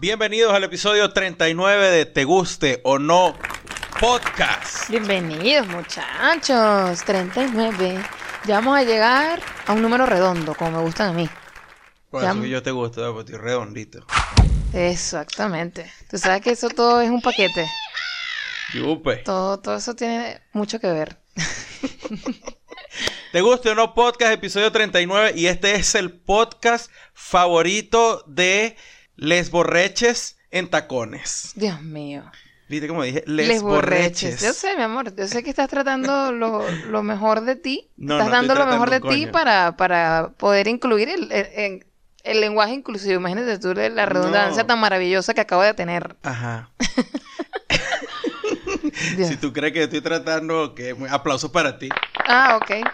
Bienvenidos al episodio 39 de Te Guste o No Podcast. Bienvenidos muchachos, 39. Ya vamos a llegar a un número redondo, como me gustan a mí. Por Ya. eso que yo te gusto, ¿verdad? porque estoy redondito. Exactamente. Tú sabes que eso todo es un paquete. Yupe. Todo, todo eso tiene mucho que ver. Te Guste o No Podcast, episodio 39. Y este es el podcast favorito de Les Borreches en Tacones. Dios mío. ¿Viste cómo dije? Les, Les Borreches. borreches. Yo sé, mi amor. Yo sé que estás tratando lo, lo mejor de ti. No, estás no estoy dando lo mejor de tratando un ti coño. para, para poder incluir el, el- el- el lenguaje inclusivo. Imagínate tú la redundancia No. tan maravillosa que acabo de tener. Ajá. Dios. Si tú crees que estoy tratando, que aplausos para ti. Ah, ok.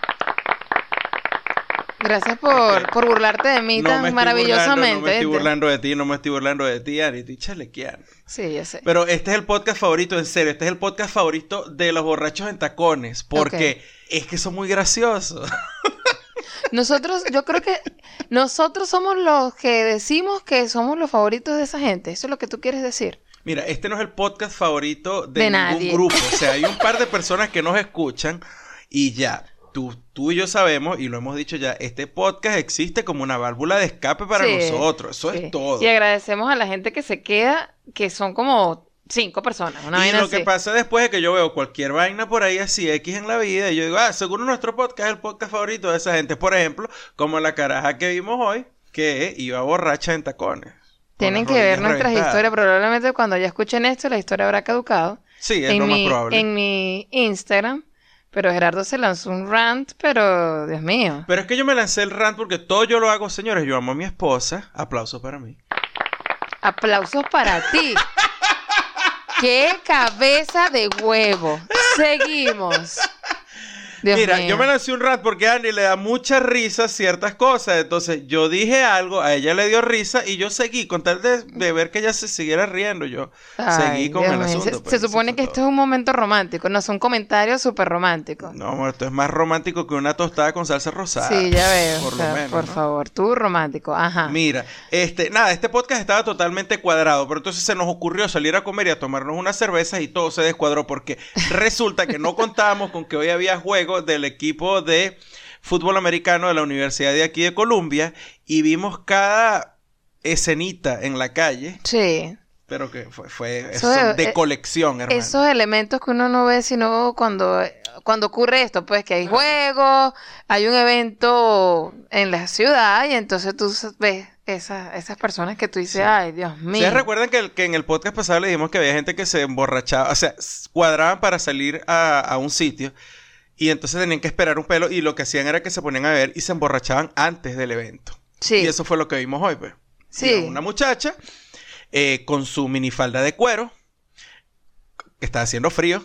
Gracias por, Ok. por burlarte de mí tan estoy maravillosamente. burlando, no me estoy ¿viste? burlando de ti, no me estoy burlando de ti, Ari. Estoy chalequeando. Sí, yo sé. Pero este es el podcast favorito, en serio, este es el podcast favorito de los borrachos en tacones, porque es que son muy graciosos. Nosotros, yo creo que nosotros somos los que decimos que somos los favoritos de esa gente. Eso es lo que tú quieres decir. Mira, este no es el podcast favorito de, De ningún nadie. grupo, o sea, hay un par de personas que nos escuchan y ya. Tú, tú y yo sabemos, y lo hemos dicho ya, este podcast existe como una válvula de escape para Sí, nosotros. Eso Sí. es todo. Y agradecemos a la gente que se queda, que son como cinco personas. Una y vaina lo que así. pasa después es que yo veo cualquier vaina por ahí así X en la vida y yo digo, ah, seguro nuestro podcast es el podcast favorito de esa gente. Por ejemplo, como la caraja que vimos hoy, que iba borracha en tacones. con Tienen las que ver rodillas nuestras reventadas. historias. Probablemente cuando ya escuchen esto, la historia habrá caducado. Sí, es en lo más mi, probable. en mi Instagram. Pero Gerardo se lanzó un rant, pero Dios mío. Pero es que yo me lancé el rant porque todo yo lo hago, señores. Yo amo a mi esposa. Aplauso para mí. Aplausos para ti. ¡Qué cabeza de huevo! Seguimos. Dios Mira, mío. yo me lancé un rant porque a Annie le da mucha risa ciertas cosas. Entonces yo dije algo, a ella le dio risa y yo seguí con tal de, de ver que ella se siguiera riendo. Yo Ay, seguí con Dios el mío. Se- asunto. Se, pues, eso supone fue que todo. esto es un momento romántico, no es un comentario súper romántico. No, amor, esto es más romántico que una tostada con salsa rosada. sí, ya veo. Por Por, lo menos, por ¿no? favor, tú romántico. Ajá. Mira, este, nada, este podcast estaba totalmente cuadrado, pero entonces se nos ocurrió salir a comer y a tomarnos unas cervezas y todo se descuadró porque resulta que no contábamos con que hoy había juego del equipo de fútbol americano de la Universidad de aquí de Colombia y vimos cada escenita en la calle, Sí. pero que fue, fue Eso son es- de eh, colección, hermano. Esos elementos que uno no ve sino cuando, cuando ocurre esto, pues que hay juegos, hay un evento en la ciudad y entonces tú s- ves esas, esas personas que tú dices, Sí. ay, Dios mío. ¿Ustedes recuerdan que, el- que en el podcast pasado le dijimos que había gente que se emborrachaba, o sea, s- cuadraban para salir a, a un sitio y entonces tenían que esperar un pelo y lo que hacían era que se ponían a ver y se emborrachaban antes del evento? Sí, Y eso fue lo que vimos hoy, pues. Vieron sí. Una muchacha eh, con su minifalda de cuero, que está haciendo frío.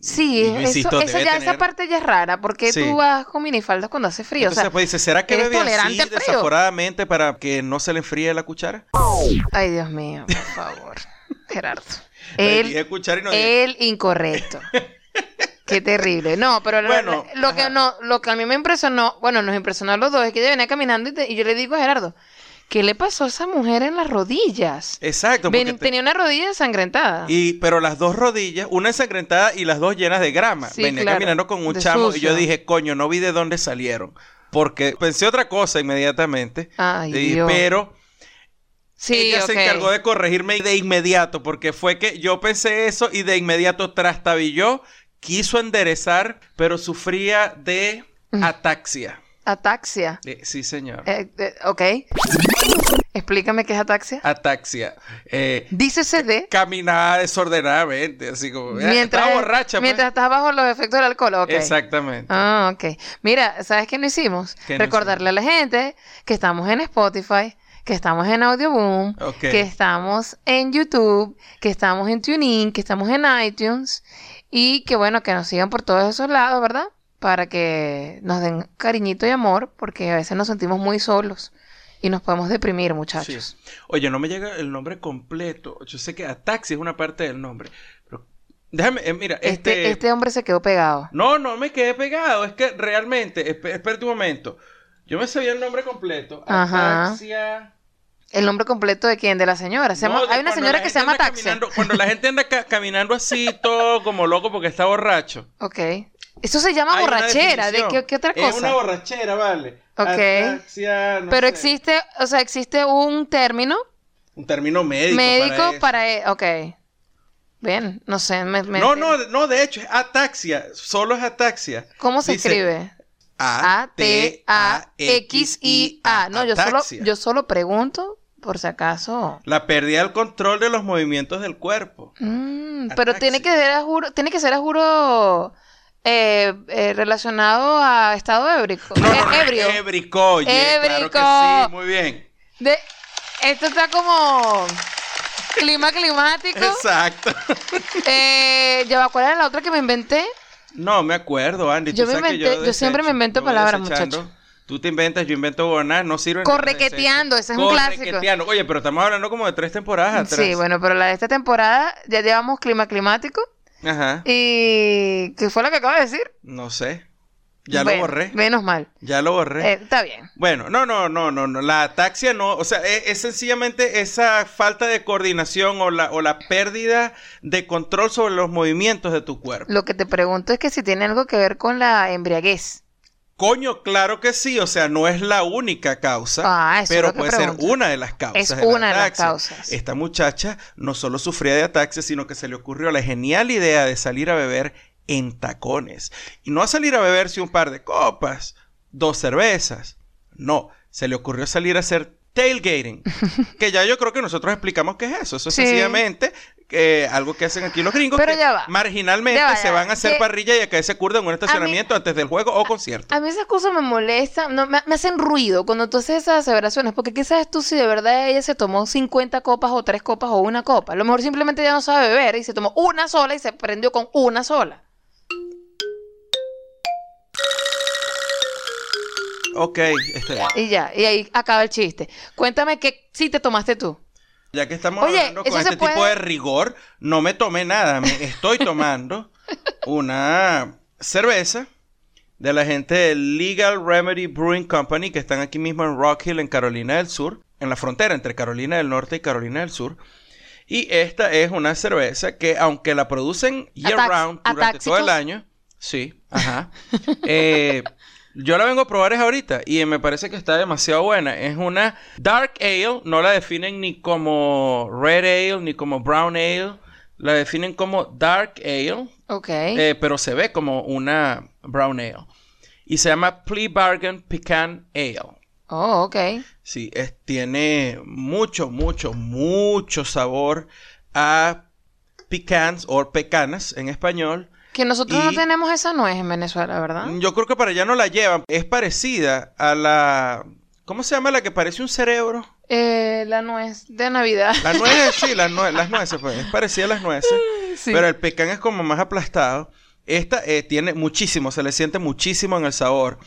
Sí, y yo eso, insisto, eso debe ya tener- esa parte ya es rara, porque Sí. tú vas con minifaldas cuando hace frío, entonces, o sea, pues dice, ¿será que ¿eres bebe así tolerante al frío? desaforadamente para que no se le enfríe la cuchara? ay Dios mío, por favor, Gerardo. Le Él- dije cuchara y no dije- El incorrecto. Qué terrible. No, pero la Bueno, verdad, lo que ajá. no, lo que a mí me impresionó, bueno, nos impresionó a los dos, es que ella venía caminando y, te- y yo le digo a Gerardo, ¿qué le pasó a esa mujer en las rodillas? Exacto. Ven- porque te- Tenía una rodilla ensangrentada. Y, pero las dos rodillas, una ensangrentada y las dos llenas de grama. Sí, Venía claro, caminando con un de chamo y sucio. yo dije, coño, no vi de dónde salieron. Porque pensé otra cosa inmediatamente. Ay, Y- Dios. pero sí, ella ok. se encargó de corregirme de inmediato, porque fue que yo pensé eso y de inmediato trastabilló, quiso enderezar, pero sufría de ataxia. Ataxia. Eh, sí, señor. Mm. Eh, eh, ok. Explícame qué es ataxia. Ataxia. Eh, Dícese de... caminaba desordenadamente, así como... eh, estaba borracha. pues. mientras estás bajo los efectos del alcohol, ok. Exactamente. Ah, ok. Mira, ¿sabes qué no hicimos? ¿Qué no Recordarle a la gente que estamos en Spotify, que estamos en Audioboom, Ok. Ah. que estamos en YouTube, que estamos en TuneIn, que estamos en iTunes y que bueno, que nos sigan por todos esos lados, ¿verdad? Para que nos den cariñito y amor, porque a veces nos sentimos muy solos y nos podemos deprimir, muchachos. Sí. Oye, no me llega el nombre completo. Yo sé que Ataxi es una parte del nombre. Pero déjame, eh, mira, Este, este... este hombre se quedó pegado. No, no me quedé pegado. Es que realmente, esp- espérate un momento. Yo me sabía el nombre completo. Ajá. Ataxia. ¿El nombre completo de quién? De la señora. Se No, llama- de hay una cuando señora la que se gente llama anda Taxi. caminando- Cuando la gente anda ca- caminando así, todo como loco porque está borracho. Ok. Eso se llama Hay una borrachera. ¿De definición. qué, qué otra Es una cosa? borrachera, vale. Ok. Ataxia, no Pero sé. existe, o sea, existe un término Un término médico. médico eso. para, e- Ok. Bien, no sé. me- me- No, no, no, de hecho es ataxia. Solo es ataxia. ¿Cómo se Dice escribe? A-T-A-X-I-A. A-T-A-X-I-A. No, yo solo, Ataxia. yo solo pregunto, por si acaso. La pérdida del control de los movimientos del cuerpo. Mm, Ataxia. pero tiene que ser a juro, tiene que ser a juro eh, eh, relacionado a estado ebrico, No, no, no, eh, ebrio. Ébrico, oye, claro que Ébrico. sí, muy bien. De- esto está como clima climático. Exacto. Eh, ya va, ¿cuál era la otra que me inventé? No, me acuerdo, Andy. tú Yo me sabes que inventé- yo siempre me desecho, invento yo voy palabras, desechando. muchacho. Tú te inventas, yo invento buenas, no sirve. Correqueteando, ese es un clásico. Correqueteando. Oye, pero estamos hablando como de tres temporadas atrás. Sí, bueno, pero la de esta temporada ya llevamos clima climático. Ajá. ¿Y qué fue lo que acabo de decir? No sé. Ya Bueno, lo borré. Menos mal. Ya lo borré. Eh, está bien. Bueno, no, no, no, no, no. La ataxia no, o sea, es, es sencillamente esa falta de coordinación o la, o la pérdida de control sobre los movimientos de tu cuerpo. Lo que te pregunto es que si tiene algo que ver con la embriaguez. Coño, claro que sí, o sea, no es la única causa, Ah, eso es pero lo que puede pregunto. ser una de las causas. Es de una de la las ataxia. causas. Esta muchacha no solo sufría de ataxia, sino que se le ocurrió la genial idea de salir a beber en tacones. Y no a salir a beberse un par de copas, dos cervezas. No, se le ocurrió salir a hacer tailgating, que ya yo creo que nosotros explicamos qué es eso. Eso es Sí. sencillamente eh, algo que hacen aquí los gringos Pero que ya va. marginalmente Ya va, ya se va. van a hacer ¿Qué? parrilla y a que se curda en un estacionamiento antes del juego o concierto. A mí esas cosas me molestan, no, me, me hacen ruido cuando tú haces esas aseveraciones, porque qué sabes tú si de verdad ella se tomó 50 copas o 3 copas o una copa. A lo mejor simplemente ya no sabe beber y se tomó una sola y se prendió con una sola. Ok, este, Y ya, y ahí acaba el chiste. Cuéntame qué sí te tomaste tú. ya que estamos Oye, hablando con eso se este tipo puede- de rigor, no me tomé nada, me estoy tomando una cerveza de la gente de Legal Remedy Brewing Company que están aquí mismo en Rock Hill, en Carolina del Sur, en la frontera entre Carolina del Norte y Carolina del Sur. Y esta es una cerveza que, aunque la producen year Atax- round durante todo el ataxicos. año, sí, ajá. eh, yo la vengo a probar es ahorita y me parece que está demasiado buena. Es una Dark Ale, no la definen ni como Red Ale ni como Brown Ale, la definen como Dark Ale, Ok. eh, pero se ve como una Brown Ale. Y se llama Plea Bargain Pecan Ale. oh, ok. Sí, es- tiene mucho, mucho, mucho sabor a pecans o pecanas en español. Que nosotros no Y- Mm. tenemos esa nuez en Venezuela, ¿verdad? Yo creo que para allá no la llevan. Es parecida a la... ¿Cómo se llama la que parece un cerebro? Eh, la nuez de Navidad. Las nueces, sí, las, nue- las nueces, pues. Es parecida a las nueces. Sí. Pero el pecan es como más aplastado. Esta eh, tiene muchísimo, se le siente muchísimo en el sabor.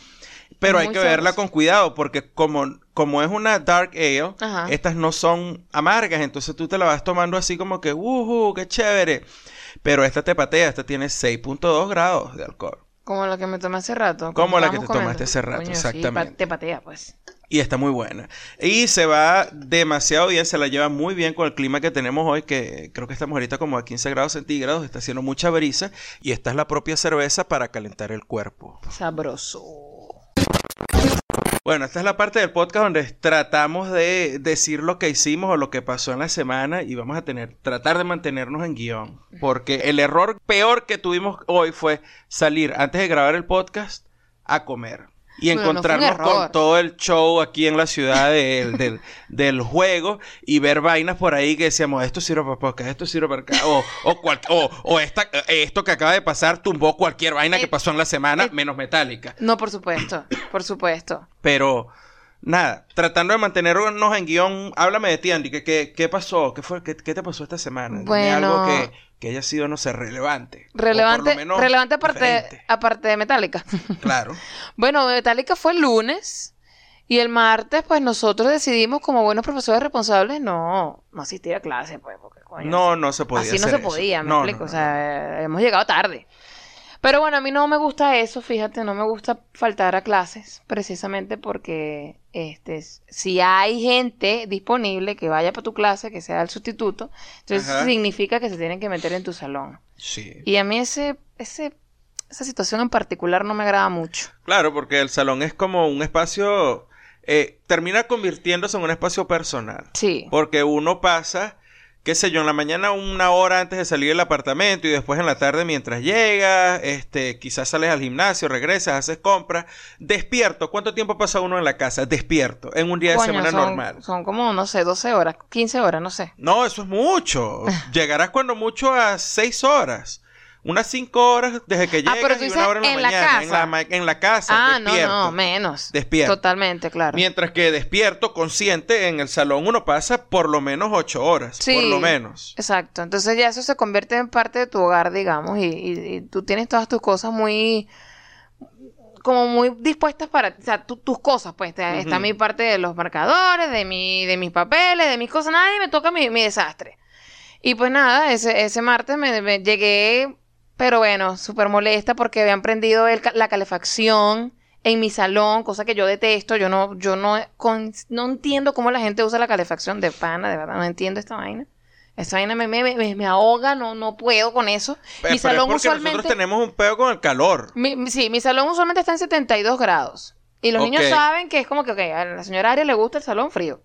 Pero hay Muy que verla sabroso. con cuidado porque como, como es una dark ale, Ajá. estas no son amargas, entonces tú te la vas tomando así como que, ¡uhu! ¡Qué chévere! Pero esta te patea, esta tiene 6.2 grados de alcohol. Como la que me tomé hace rato. Como la que estábamos te tomaste hace rato, Coño, sí, pa- exactamente. te patea, pues. Y está muy buena. Y se va demasiado bien, se la lleva muy bien con el clima que tenemos hoy, que creo que estamos ahorita como a 15 grados centígrados, está haciendo mucha brisa y esta es la propia cerveza para calentar el cuerpo. Sabroso. Bueno, esta es la parte del podcast donde tratamos de decir lo que hicimos o lo que pasó en la semana y vamos a tener, tratar de mantenernos en guión. Porque el error peor que tuvimos hoy fue salir antes de grabar el podcast a comer. Y Bueno, no fue un encontrarnos error. con todo el show aquí en la ciudad de- del, del juego y ver vainas por ahí que decíamos, esto sirve para podcast, esto sirve para acá, o, o, cual- o, o esta, esto que acaba de pasar tumbó cualquier vaina que Eh, pasó en la semana, eh. menos metálica. No, por supuesto, por supuesto. Pero nada, tratando de mantenernos en guión, háblame de ti, Andy. ¿Qué, qué, qué pasó? ¿Qué, fue, qué, qué te pasó esta semana? Dime Bueno. algo que, que haya sido, no sé, relevante. O por Relevante, lo menos relevante aparte, diferente. aparte de Metallica. Claro. bueno, Metallica fue el lunes y el martes, pues nosotros decidimos, como buenos profesores responsables, no, no asistir a clase, pues, porque coño. No, no se podía así no hacer se eso. podía, me No, no, no, explico. o sea, hemos llegado tarde. Pero bueno, a mí no me gusta eso, fíjate, no me gusta faltar a clases, precisamente porque este, si hay gente disponible que vaya para tu clase, que sea el sustituto, entonces Ajá. significa que se tienen que meter en tu salón. Sí. Y a mí ese, ese, esa situación en particular no me agrada mucho. Claro, porque el salón es como un espacio, eh, termina convirtiéndose en un espacio personal. Sí, Porque uno pasa, qué sé yo, en la mañana una hora antes de salir del apartamento y después en la tarde mientras llegas, este, quizás sales al gimnasio, regresas, haces compras, despierto. ¿Cuánto tiempo pasa uno en la casa? Despierto, en un día de Coño, semana son, normal. son como, no sé, 12 horas, 15 horas, no sé. No, eso es mucho. Llegarás cuando mucho a seis horas. Unas cinco horas desde que Ah, llegas pero tú y dices una hora en la en la mañana. En, casa. la, ma- en la casa, Ah, no, despierto. no, menos. Despierto. Totalmente, claro. Mientras que despierto, consciente, en el salón uno pasa por lo menos ocho horas. Sí. Por lo menos. Exacto, entonces ya eso se convierte en parte de tu hogar, digamos, y, y- y tú tienes todas tus cosas muy, como muy dispuestas para, o sea, tu- tus cosas, pues, te- Ujú. está mi parte de los marcadores, de mi, de mis papeles, de mis cosas, nadie me toca mi, mi desastre. Y pues nada, ese, ese martes me, me llegué, pero bueno, súper molesta porque habían prendido el ca- la calefacción en mi salón, cosa que yo detesto, yo no, yo no, con- no entiendo cómo la gente usa la calefacción de pana, de verdad, no entiendo esta vaina. Esta vaina me, me, me- me ahoga, no, no puedo con eso. Pe- mi Pues, pero salón es porque usualmente... nosotros tenemos un peo con el calor. Mi- mi- sí, mi salón usualmente está en 72 grados. Y los niños Ok. saben que es como que, ok, a la señora Aria le gusta el salón frío.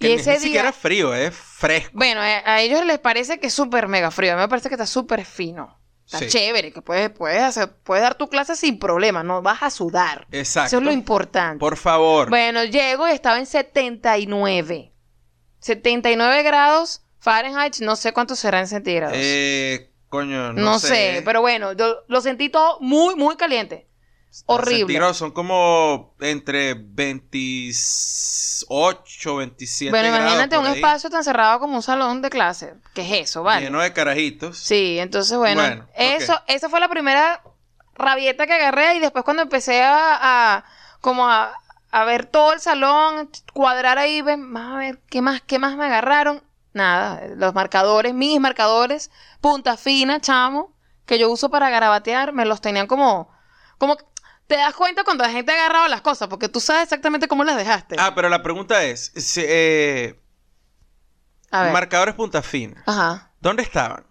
Que y ni ese día, siquiera es frío, es fresco. bueno, a, a ellos les parece que es súper mega frío. A mí me parece que está súper fino. Está Sí. chévere, que puedes, puedes, hacer, puedes dar tu clase sin problema, no vas a sudar. Eso Exacto. es lo importante. Por favor. Bueno, llego y estaba en 79. 79 grados Fahrenheit, no sé cuánto será en centígrados. Eh, coño, no, no, sé. pero bueno, yo lo sentí todo muy, muy caliente. horrible. Centígrados son como entre 28, 27 Bueno, grados imagínate por un ahí, espacio tan cerrado como un salón de clase. ¿Qué es eso, vale? Lleno de carajitos. Sí, entonces, bueno, Bueno, ok. eso, esa fue la primera rabieta que agarré y después cuando empecé a, a- como a, a ver todo el salón, cuadrar ahí, ven, vamos a ver, ¿qué más, qué más me agarraron? Nada, los marcadores, mis marcadores, punta fina, chamo, que yo uso para garabatear, me los tenían como, como, te das cuenta cuando la gente ha agarrado las cosas, porque tú sabes exactamente cómo las dejaste. Ah, pero la pregunta es, si, eh, a ver, marcadores punta fina, ajá. ¿dónde estaban?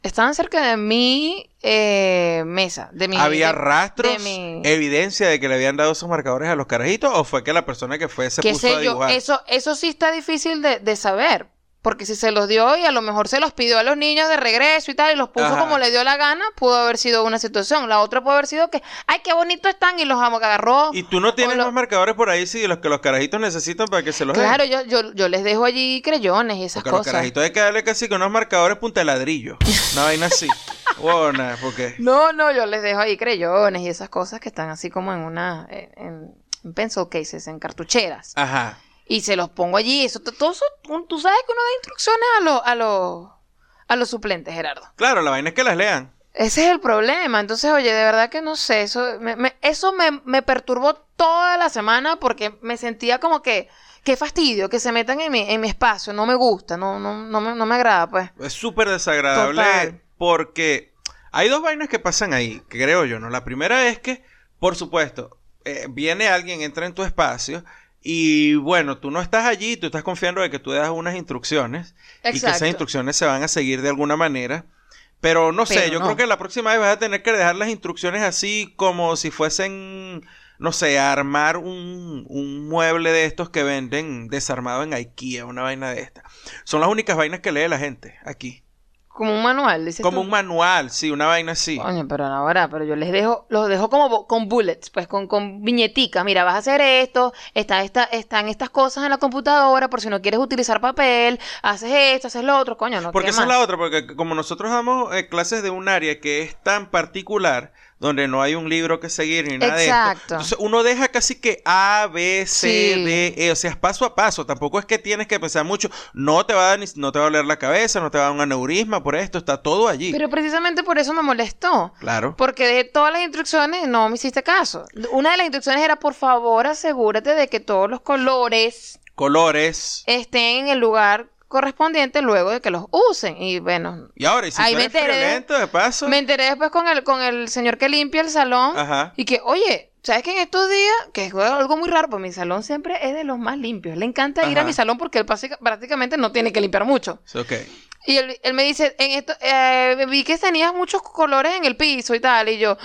Estaban cerca de mi eh, mesa, de mi... ¿Había de- rastros, de mi- evidencia de que le habían dado esos marcadores a los carajitos o fue que la persona que fue se qué puso sé a yo, dibujar? eso, eso sí está difícil de, de saber, porque si se los dio y a lo mejor se los pidió a los niños de regreso y tal, y los puso Ajá. como le dio la gana, pudo haber sido una situación. La otra pudo haber sido que, ay, qué bonito están y los agarró. Y tú no tienes lo- más marcadores por ahí si los que los carajitos necesitan para que se los den? Claro, yo, yo, yo les dejo allí creyones y esas Porque los cosas. carajitos hay que darle casi con unos marcadores punta de ladrillo. Una vaina así. Buena, porque. No, no, yo les dejo ahí creyones y esas cosas que están así como en una, en, en pencil cases, en cartucheras. Ajá. y se los pongo allí. Eso, t- todo eso, un- tú sabes que uno da instrucciones a los, a los, a los suplentes, Gerardo. Claro, la vaina es que las lean. Ese es el problema. Entonces, oye, de verdad que no sé, eso me, me- eso me, me perturbó toda la semana porque me sentía como que, qué fastidio, que se metan en mi, en mi espacio, no me gusta, no, no, no, me, no me agrada, pues. Es súper desagradable Total. porque hay dos vainas que pasan ahí, que creo yo, ¿no? La primera es que, por supuesto, eh, viene alguien, entra en tu espacio y bueno, tú no estás allí, tú estás confiando de que tú das unas instrucciones y que Exacto. esas instrucciones se van a seguir de alguna manera. Pero no sé, Pero yo no. creo que la próxima vez vas a tener que dejar las instrucciones así como si fuesen, no sé, armar un, un mueble de estos que venden desarmado en IKEA, una vaina de esta. Son las únicas vainas que lee la gente aquí. Como un manual, dices Como tú. un manual, sí, una vaina así. Coño, pero ahora, pero yo les dejo, los dejo como bu- con bullets, pues con, con viñetica. Mira, vas a hacer esto, está esta, están estas cosas en la computadora, por si no quieres utilizar papel, haces esto, haces lo otro, coño, no Porque ¿qué esa es más? la otra, porque como nosotros damos eh, clases de un área que es tan particular, donde no hay un libro que seguir ni nada de Exacto. esto. Entonces uno deja casi que A, B, C, Sí. D, E, o sea, es paso a paso. Tampoco es que tienes que pensar mucho. No te va a dar ni, no te va a doler la cabeza, no te va a dar un aneurisma por esto, está todo allí. Pero precisamente por eso me molestó. claro. Porque dejé todas las instrucciones, no me hiciste caso. Una de las instrucciones era, por favor, asegúrate de que todos los colores Colores. estén en el lugar correspondientes luego de que los usen. Y bueno, Y ahora, y si Ahí tú me eres enteré. friolento, de paso. me enteré después con el, con el señor que limpia el salón Ajá. y que, oye, ¿sabes que en estos días, que es algo muy raro, pues mi salón siempre es de los más limpios. Le encanta ir a Ajá. mi salón porque él básica- prácticamente no tiene que limpiar mucho. Sí, Ok. Y él, él me dice, en esto, eh, vi que tenías muchos colores en el piso y tal. Y yo,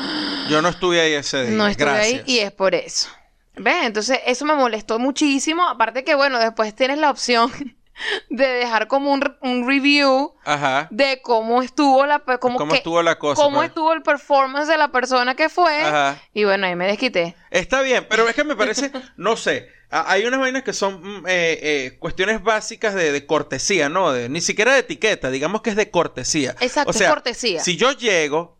Yo no estuve ahí ese día. no estuve Gracias. ahí y es por eso. ¿Ves? Entonces, eso me molestó muchísimo. Aparte que, bueno, después tienes la opción de dejar como un, re- un review Ajá. de cómo estuvo la pe- cómo, ¿Cómo que- estuvo la cosa? cómo pues? estuvo el performance de la persona que fue. Ajá. Y bueno, ahí me desquité. Está bien, pero es que me parece, no sé, a- hay unas vainas que son mm, eh, eh, cuestiones básicas de, de cortesía, ¿no? De, ni siquiera de etiqueta, digamos que es de cortesía. Exacto, o sea, es cortesía. Si yo llego,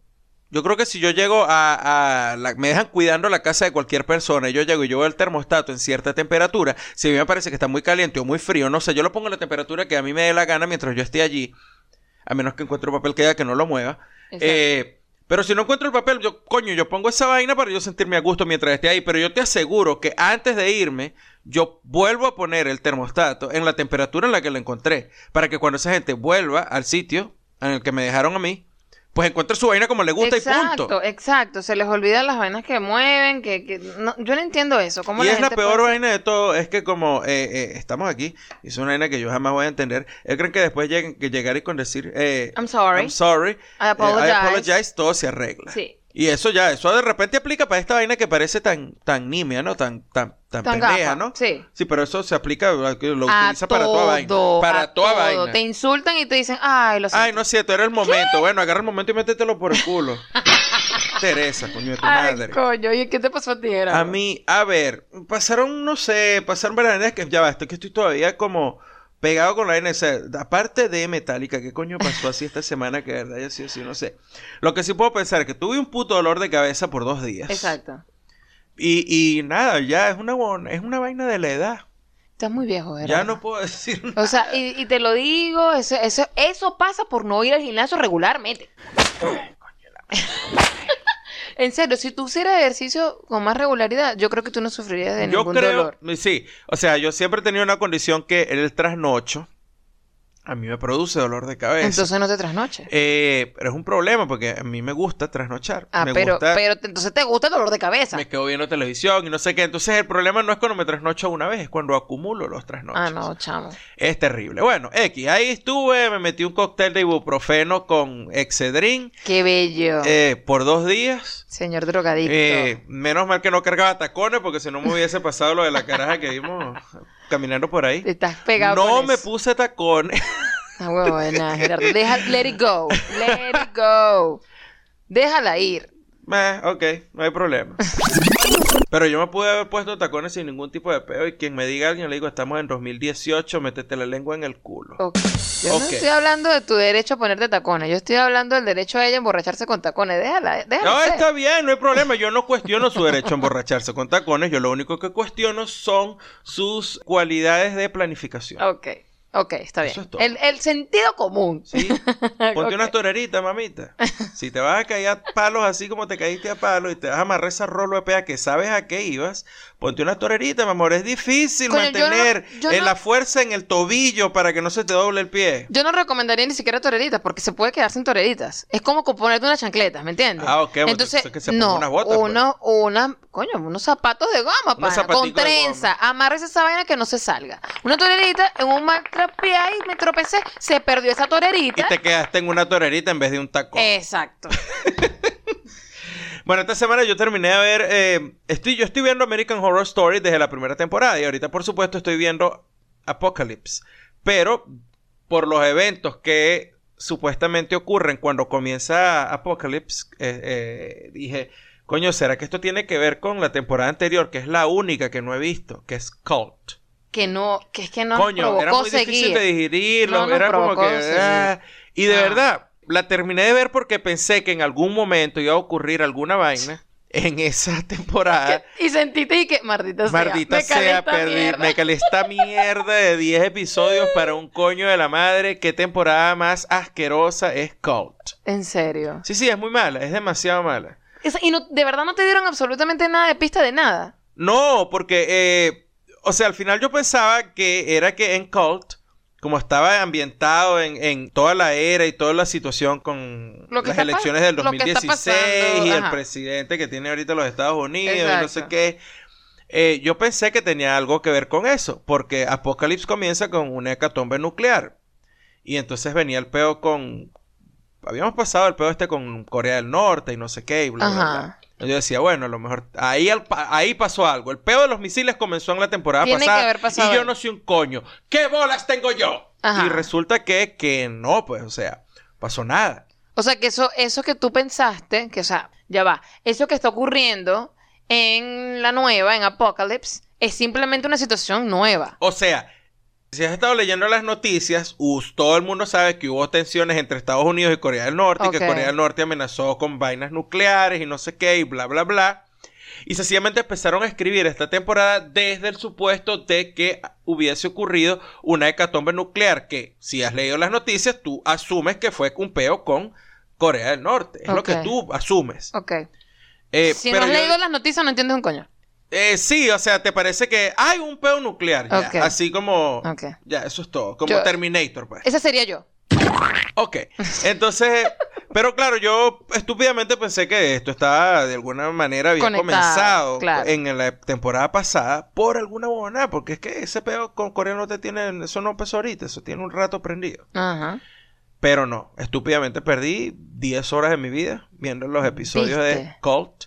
yo creo que si yo llego a, a la- me dejan cuidando la casa de cualquier persona, y yo llego y yo veo el termostato en cierta temperatura, si a mí me parece que está muy caliente o muy frío, no sé, yo lo pongo a la temperatura que a mí me dé la gana mientras yo esté allí, a menos que encuentre un papel que diga que no lo mueva. Exacto. Eh, pero si no encuentro el papel, yo, coño, yo pongo esa vaina para yo sentirme a gusto mientras esté ahí. Pero yo te aseguro que antes de irme, yo vuelvo a poner el termostato en la temperatura en la que lo encontré. Para que cuando esa gente vuelva al sitio en el que me dejaron a mí, pues encuentre su vaina como le gusta exacto, y punto. exacto. Se les olvidan las vainas que mueven, que, que- no- yo no entiendo eso. ¿Cómo Y la es la gente peor puede- vaina de todo, es que como eh, eh, estamos aquí, y es una vaina que yo jamás voy a entender, él cree que después lleguen, que llegar y con decir, eh, I'm sorry. I'm sorry, eh, I apologize. I apologize, todo se arregla. Sí. Y eso ya, eso de repente aplica para esta vaina que parece tan, tan nimia, ¿no? Tan, tan, tan, Tan pendeja, gafa, ¿no? sí. pero eso se aplica, lo A utiliza para toda vaina. todo, Para a toda todo. vaina. Te insultan y te dicen, ay, lo siento. Ay, no siento, era el momento. Bueno, agarra el momento y métetelo por el culo. Teresa, coño de tu Ay, madre. coño, ¿y qué te pasó a ti, Gerardo? A mí, a ver, pasaron, no sé, pasaron varias vainas que ya basta, que estoy todavía como pegado con la vaina. O sea, aparte de Metallica, ¿qué coño pasó así esta semana? Que de verdad, yo sí, sí, no sé. Lo que sí puedo pensar es que tuve un puto dolor de cabeza por dos días. Exacto. Y, y nada, ya es una, bon- es una vaina de la edad. Estás muy viejo, Gerardo. Ya no puedo decir nada. O sea, y, y te lo digo, eso, eso, eso pasa por no ir al gimnasio regularmente. en serio, si tú hicieras ejercicio con más regularidad, yo creo que tú no sufrirías de Yo ningún dolor. creo, sí, o sea, yo siempre he tenido una condición que el trasnocho a mí me produce dolor de cabeza. Entonces no te trasnoches. Eh, pero es un problema porque a mí me gusta trasnochar. Ah, me pero, gusta, pero te- entonces te gusta el dolor de cabeza. me quedo viendo televisión y no sé qué. Entonces el problema no es cuando me trasnocho una vez, es cuando acumulo los trasnochos. Ah, no, chamo. Es terrible. Bueno, X, ahí estuve, me metí un cóctel de ibuprofeno con Excedrin Qué bello. eh, por dos días. Señor drogadicto. Eh, menos mal que no cargaba tacones porque si no me hubiese pasado lo de la caraja que vimos caminando por ahí. Te estás pegado. no con me eso. puse tacones. Ah, huevona, Gerardo. Deja, let it go. Let it go. Déjala ir. Meh, ok, no hay problema. Pero yo me pude haber puesto tacones sin ningún tipo de peo y quien me diga a alguien le digo, estamos en 2018, métete la lengua en el culo. Ok. Yo no Ok. estoy hablando de tu derecho a ponerte tacones. Yo estoy hablando del derecho a ella a emborracharse con tacones. Déjala, déjala. No, ser. está bien, no hay problema. Yo no cuestiono su derecho a emborracharse con tacones. Yo lo único que cuestiono son sus cualidades de planificación. Ok, ok, está bien. Eso es todo. el, el sentido común. ¿Sí? Ponte Ok. unas toreritas, mamita. Si te vas a caer a palos así como te caíste a palos y te vas a amarrar esa rolo de pea que sabes a qué ibas, ponte unas toreritas, mi amor. Es difícil Coño, yo no- mantener yo eh, no- la fuerza en el tobillo para que no se te doble el pie. Yo no recomendaría ni siquiera toreritas porque se puede quedar sin toreritas. Es como con ponerte unas chancletas, ¿me entiendes? Ah, ok, bueno, Entonces, entonces que se ponga no, unas botas, pues. unos, unas- coño, unos zapatos de goma, pana, zapaticos con de goma. trenza. Amarres esa vaina que no se salga. Una torerita, en un mal trapié ahí me tropecé, se perdió esa Y torerita. te quedaste en una torerita en vez de un taco. Eh, Exacto. Bueno, esta semana yo terminé de ver. eh, estoy, yo estoy viendo American Horror Story desde la primera temporada. Y ahorita, por supuesto, estoy viendo Apocalypse. Pero por los eventos que supuestamente ocurren cuando comienza Apocalypse, eh, eh, dije. Coño, ¿será que esto tiene que ver con la temporada anterior, que es la única que no he visto, que es Cult? Que no, que es que no nos Coño, provocó era muy difícil seguir. de digerirlo, No nos era como provocó que... seguir. ah, y de Ah. verdad, la terminé de ver porque pensé que en algún momento iba a ocurrir alguna vaina en esa temporada. Y sentiste y que, maldita sea, Maldita me calé sea, esta perdí, mierda. me calé esta mierda de 10 episodios para un coño de la madre. ¿Qué temporada más asquerosa es Cult? En serio. Sí, sí, es muy mala, es demasiado mala. Es- y no, de verdad no te dieron absolutamente nada de pista de nada. No, porque, eh, o sea, al final yo pensaba que era que en Cult, como estaba ambientado en, en toda la era y toda la situación con Lo que las está pa- elecciones del lo que está 2016 y pasando, el ajá. presidente que tiene ahorita los Estados Unidos y no sé Exacto. qué. Eh, yo pensé que tenía algo que ver con eso, porque Apocalypse comienza con una hecatombe nuclear. Y entonces venía el peo con... Habíamos pasado el peo este con Corea del Norte y no sé qué y bla, bla, Ajá. bla. Yo decía, bueno, a lo mejor ahí, al pa- ahí pasó algo. El peo de los misiles comenzó en la temporada Tiene que pasada. haber pasado y yo algo. no soy un coño. ¿Qué bolas tengo yo? Ajá. Y resulta que, que no, pues, o sea, pasó nada. O sea, que eso, eso que tú pensaste, que o sea, ya va, eso que está ocurriendo en la nueva, en Apocalypse, es simplemente una situación nueva. O sea, si has estado leyendo las noticias, us- todo el mundo sabe que hubo tensiones entre Estados Unidos y Corea del Norte, y que Ok. Corea del Norte amenazó con vainas nucleares y no sé qué, y bla, bla, bla. Y sencillamente empezaron a escribir esta temporada desde el supuesto de que hubiese ocurrido una hecatombe nuclear, que si has leído las noticias, tú asumes que fue un peo con Corea del Norte. Es lo que Ok. tú asumes. Ok. Eh, si no pero has yo- leído las noticias, no entiendes un coño. eh, sí, o sea, te parece que hay un peo nuclear, ya. Ok. Así como... Ok. Ya, eso es todo. Como Yo- Terminator, pues. Esa sería yo. Ok. Entonces... pero claro, yo estúpidamente pensé que esto estaba de alguna manera había Conectado, comenzado claro. en la temporada pasada por alguna bobonada. Porque es que ese peo con Corea no te tiene... Eso no empezó ahorita. Eso tiene un rato prendido. Ajá. Pero no. Estúpidamente perdí 10 horas de mi vida viendo los episodios de Viste. Cult.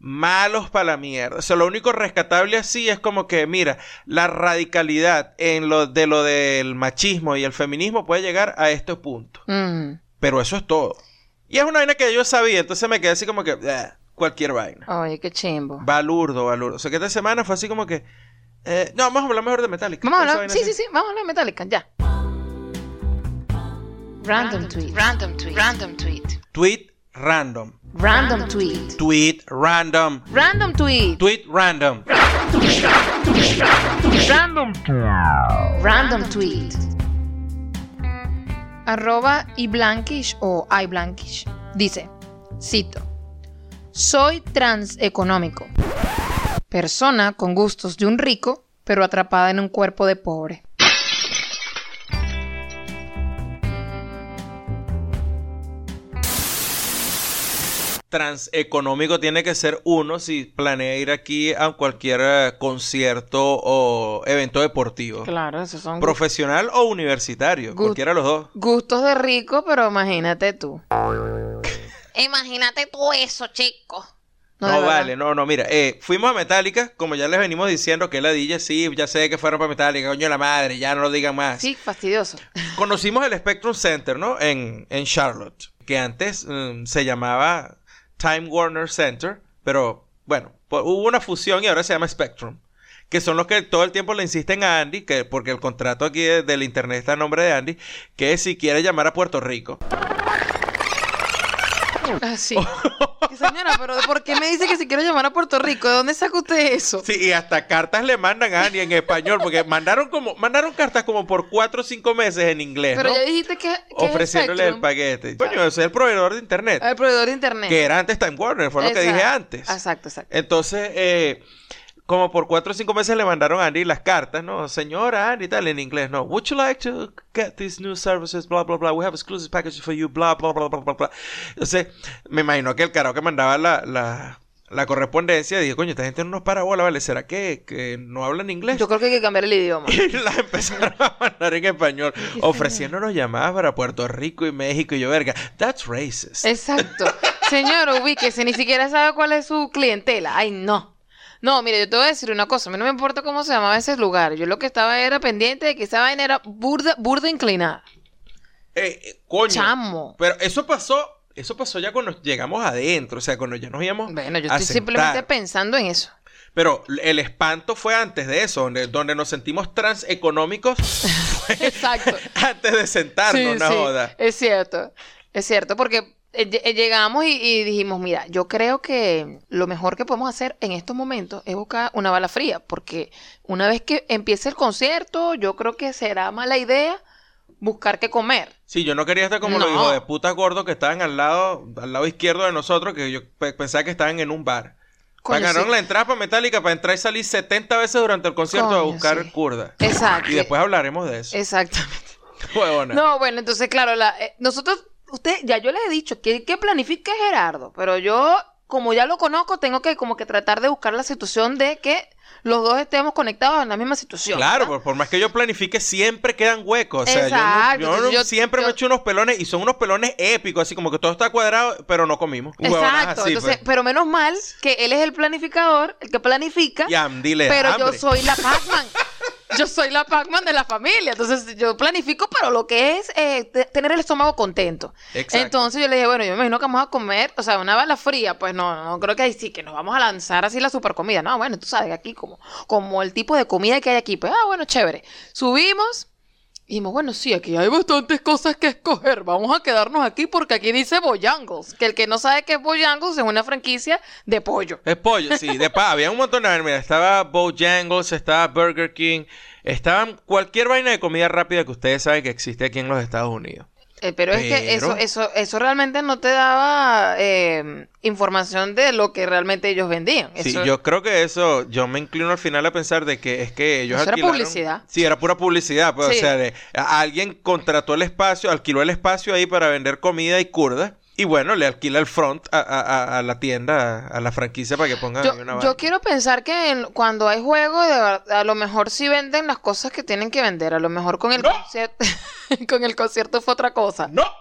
Malos para la mierda. O sea, lo único rescatable así es como que, mira, la radicalidad en lo de lo del machismo y el feminismo puede llegar a este punto. Mm, Pero eso es todo. Y es una vaina que yo sabía, entonces me quedé así como que, "Ah, cualquier vaina. Oye, qué chimbo. Balurdo, balurdo. O sea, que esta semana fue así como que, eh, no, vamos a hablar mejor de Metallica. Vamos a Esa hablar. vaina Sí, así. sí, sí, vamos a hablar de Metallica, ya. Random tweet. Random tweet. Random tweet. Tweet random. Random tweet. Tweet random. Random tweet. Tweet random. Random tweet. Arroba iblankish o iblankish. Dice, cito, soy transeconómico. Persona con gustos de un rico, pero atrapada en un cuerpo de pobre. transeconómico tiene que ser uno si planea ir aquí a cualquier eh, concierto o evento deportivo. Claro, esos son Profesional o universitario, Gu- cualquiera de los dos. gustos de rico, pero imagínate tú. Imagínate tú eso, chico. No, de verdad. vale, no, no, mira, eh, fuimos a Metallica, como ya les venimos diciendo que la DJ sí, ya sé que fueron para Metallica, coño la madre, ya no lo digan más. Sí, fastidioso. Conocimos el Spectrum Center, ¿no? En, en Charlotte, que antes mm, se llamaba Time Warner Center, pero bueno, po- hubo una fusión y ahora se llama Spectrum, que son los que todo el tiempo le insisten a Andy, que porque el contrato aquí de- del internet está a nombre de Andy, que si quiere llamar a Puerto Rico. Así. Ah, Señora, pero ¿por qué me dice que si quiero llamar a Puerto Rico? ¿De dónde saca usted eso? Sí, y hasta cartas le mandan a Andy en español, porque mandaron como mandaron cartas como por cuatro o cinco meses en inglés, Pero ¿no? ya dijiste que, que Ofreciéndole es el paquete. Coño, ese es el proveedor de internet. al proveedor de internet. Que era antes Time Warner, fue lo que Exacto. dije antes. Exacto, exacto. Entonces, eh, como por cuatro o cinco meses le mandaron a Andy las cartas, ¿no? Señora Andy, tal, en inglés, ¿no? Would you like to get these new services? Bla, bla, bla. We have exclusive packages for you. Bla, bla, bla, bla, bla, bla. Entonces, me imagino que el carajo que mandaba la, la, la correspondencia, dije, coño, esta gente no nos para bola, ¿vale? ¿Será que, que no hablan inglés? Yo creo que hay que cambiar el idioma. Y las empezaron a mandar en español, ofreciéndonos llamadas para Puerto Rico y México. Y yo, verga, that's racist. Eh, Exacto. Señor, ubíquese, ni siquiera sabe cuál es su clientela. Ay, no. No, mire, yo te voy a decir una cosa. A mí no me importa cómo se llamaba ese lugar. Yo lo que estaba era pendiente de que esa vaina era burda, burda inclinada. Eh, eh, coño. Chamo. Pero eso pasó, eso pasó ya cuando llegamos adentro, o sea, cuando ya nos íbamos. Bueno, yo a estoy sentar. simplemente pensando en eso. Pero el espanto fue antes de eso, donde, donde nos sentimos transeconómicos Exacto. antes de sentarnos, Sí, no sí, joda. Es cierto, es cierto, porque eh, lle- llegamos y, y dijimos, mira, yo creo que lo mejor que podemos hacer en estos momentos es buscar una bala fría, porque una vez que empiece el concierto, yo creo que será mala idea buscar qué comer. Sí, yo no quería estar como los No. hijos de puta gordos que estaban al lado, al lado izquierdo de nosotros, que yo pe- pensaba que estaban en un bar. Coño, Pagaron sí. la entrada para Metallica para entrar y salir 70 veces durante el concierto Coño, a buscar sí. Eh, kurda. Exacto. Y después hablaremos de eso. Exactamente. Huevona. eh, No, bueno, entonces, claro, la- eh, nosotros, usted, ya yo les he dicho que, que planifique Gerardo, pero yo, como ya lo conozco, tengo que como que tratar de buscar la situación de que los dos estemos conectados en la misma situación. Claro, ¿verdad? por, por más que yo planifique, siempre quedan huecos. O sea, yo no- Exacto, yo, no- entonces yo- siempre yo- me echo unos pelones y son unos pelones épicos, así como que todo está cuadrado, pero no comimos. Huevonadas Exacto. así, entonces, pues. pero menos mal que él es el planificador, el que planifica. Yam, dile. Pero yo hambre. soy la Pac-Man. Yo soy la Pac-Man de la familia. Entonces yo planifico para lo que es eh, te- tener el estómago contento. Exacto. Entonces yo le dije, bueno, yo me imagino que vamos a comer, o sea, una bala fría. Pues no, no creo que ahí sí, que nos vamos a lanzar así la super comida. No, bueno, tú sabes, aquí como, como el tipo de comida que hay aquí. Pues, ah, bueno, chévere. Subimos. Y dijimos, bueno, sí, aquí hay bastantes cosas que escoger. Vamos a quedarnos aquí porque aquí dice Boyangles. Que el que no sabe qué es Boyangles es una franquicia de pollo. Es pollo, sí. De pa, había un montón de... a ver, Mira, estaba Bojangles, estaba Burger King, estaban cualquier vaina de comida rápida que ustedes saben que existe aquí en los Estados Unidos. Eh, pero es que eso, Pero- eso, eso realmente no te daba eh, información de lo que realmente ellos vendían. Sí, Eso- yo creo que eso, yo me inclino al final a pensar de que es que ellos Eso era alquilaron- publicidad. Sí, era pura publicidad, pues, Sí. o sea, de- a- alguien contrató el espacio, alquiló el espacio ahí para vender comida y curda, y bueno, le alquila el front a, a- a- a la tienda, a, a la franquicia para que pongan Yo, ahí Ah, una yo vaina. quiero pensar que en- cuando hay juego, de ver- a lo mejor sí venden las cosas que tienen que vender. A lo mejor con el No. concierto, con el concierto fue otra cosa. ¡No!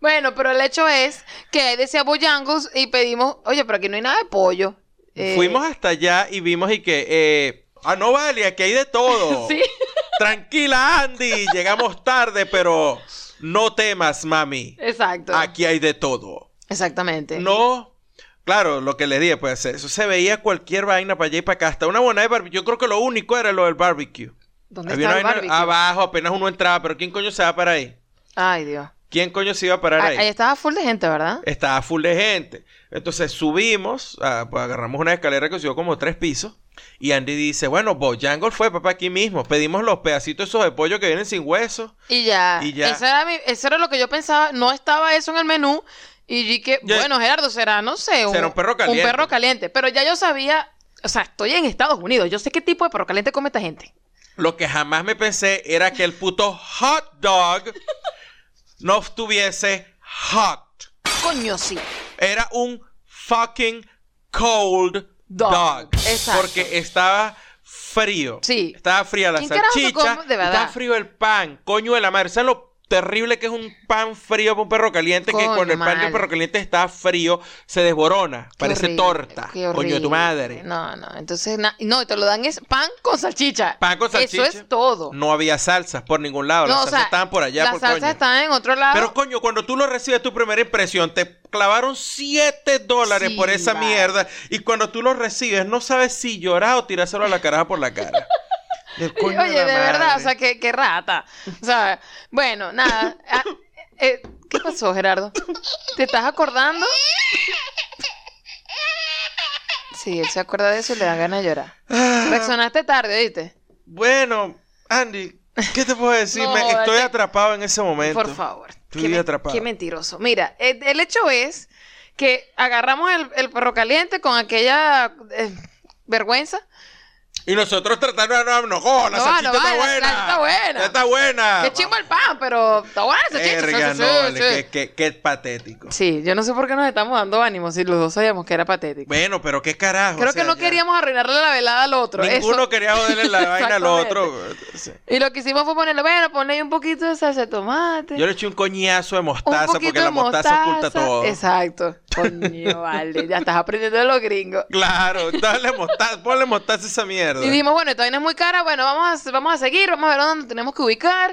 Bueno, pero el hecho es que ahí decía Boyangles y pedimos, oye, pero aquí no hay nada de pollo. Eh, Fuimos hasta allá y vimos y que, eh, ah, no vale, aquí hay de todo. Sí. Tranquila, Andy, llegamos tarde, pero no temas, mami. Exacto. Aquí hay de todo. Exactamente. No. Claro, lo que le dije, pues eso se veía cualquier vaina para allá y para acá. Hasta una buena de barbecue. Yo creo que lo único era lo del barbecue. ¿Dónde Había una está el vaina barbecue? abajo, apenas uno entraba, pero ¿quién coño se va para ahí? Ay, Dios. ¿Quién coño se iba a parar Ahí ahí? Ah, ahí estaba full de gente, ¿verdad? Estaba full de gente. Entonces subimos, ah, pues, agarramos una escalera que subió como tres pisos. Y Andy dice, bueno, Bojangles fue papá aquí mismo. Pedimos los pedacitos esos de pollo que vienen sin hueso. Y ya. Y ya. Eso, era mi- eso era lo que yo pensaba. No estaba eso en el menú. Y dije, Ya- bueno, Gerardo, será, no sé, Será un perro caliente. perro caliente. Pero ya yo sabía, o sea, estoy en Estados Unidos. Yo sé qué tipo de perro caliente come esta gente. Lo que jamás me pensé era que el puto hot dog no estuviese hot. Coño, sí. Era un fucking cold Dog. dog. Exacto. Porque estaba frío. Sí. Estaba fría la ¿Quién carajo se salchicha. come? De verdad. Estaba frío el pan. Coño de la madre. ¿Sabes lo terrible que es un pan frío para un perro caliente? Coño, que cuando el pan mal. del perro caliente está frío, se desborona. Qué Parece horrible, torta. qué Coño de horrible. tu madre. No, no. Entonces, na- no, y te lo dan es pan con salchicha. Pan con salchicha. Eso es todo. No había salsas por ningún lado. No, las o salsas sea, estaban por allá. Las por salsas coño. están en otro lado. Pero coño, cuando tú lo recibes tu primera impresión, te clavaron 7 dólares Sí, por esa vale. mierda. Y cuando tú lo recibes, no sabes si llorar o tirárselo a la caraja por la cara. Del coño Oye, de la madre. verdad, o sea, qué, qué rata. O sea, bueno, nada. Ah, eh, ¿Qué pasó, Gerardo? ¿Te estás acordando? Sí, él se acuerda de eso y le da ganas de llorar. Reaccionaste tarde, ¿oíste? Ah, Bueno, Andy, ¿qué te puedo decir? No, Me- estoy vale. atrapado en ese momento. Por favor. Tú Qué, y men- atrapado. qué mentiroso. Mira, el, el hecho es que agarramos el, el perro caliente con aquella eh, vergüenza. Y nosotros tratando de no, no, oh, la No, salchicha no, está, vale, la buena. salchicha está buena. Ya Está buena. qué chingo el pan, pero está buena esa chicha, sí, Verga, sí, Eh, no, sí, vale, sí. qué- qué- qué patético. Sí, yo no sé por qué nos estamos dando ánimo si los dos sabíamos que era patético. Bueno, pero qué carajo. Creo o sea, que no ya. queríamos arruinarle la velada al otro. eso- Ninguno quería joderle la vaina al otro. Sí. Y lo que hicimos fue ponerle, bueno, ponle ahí un poquito de salsa de tomate. Yo le eché un coñazo de Este, un mostaza poquito porque la de mostaza, oculta todo. Exacto. Coño, vale, ya estás aprendiendo de los gringos. Claro, dale mostaza, ponle mostaza a esa mierda. Y dijimos, bueno, esta vaina es muy cara, bueno, vamos a, vamos a seguir, vamos a ver dónde tenemos que ubicar.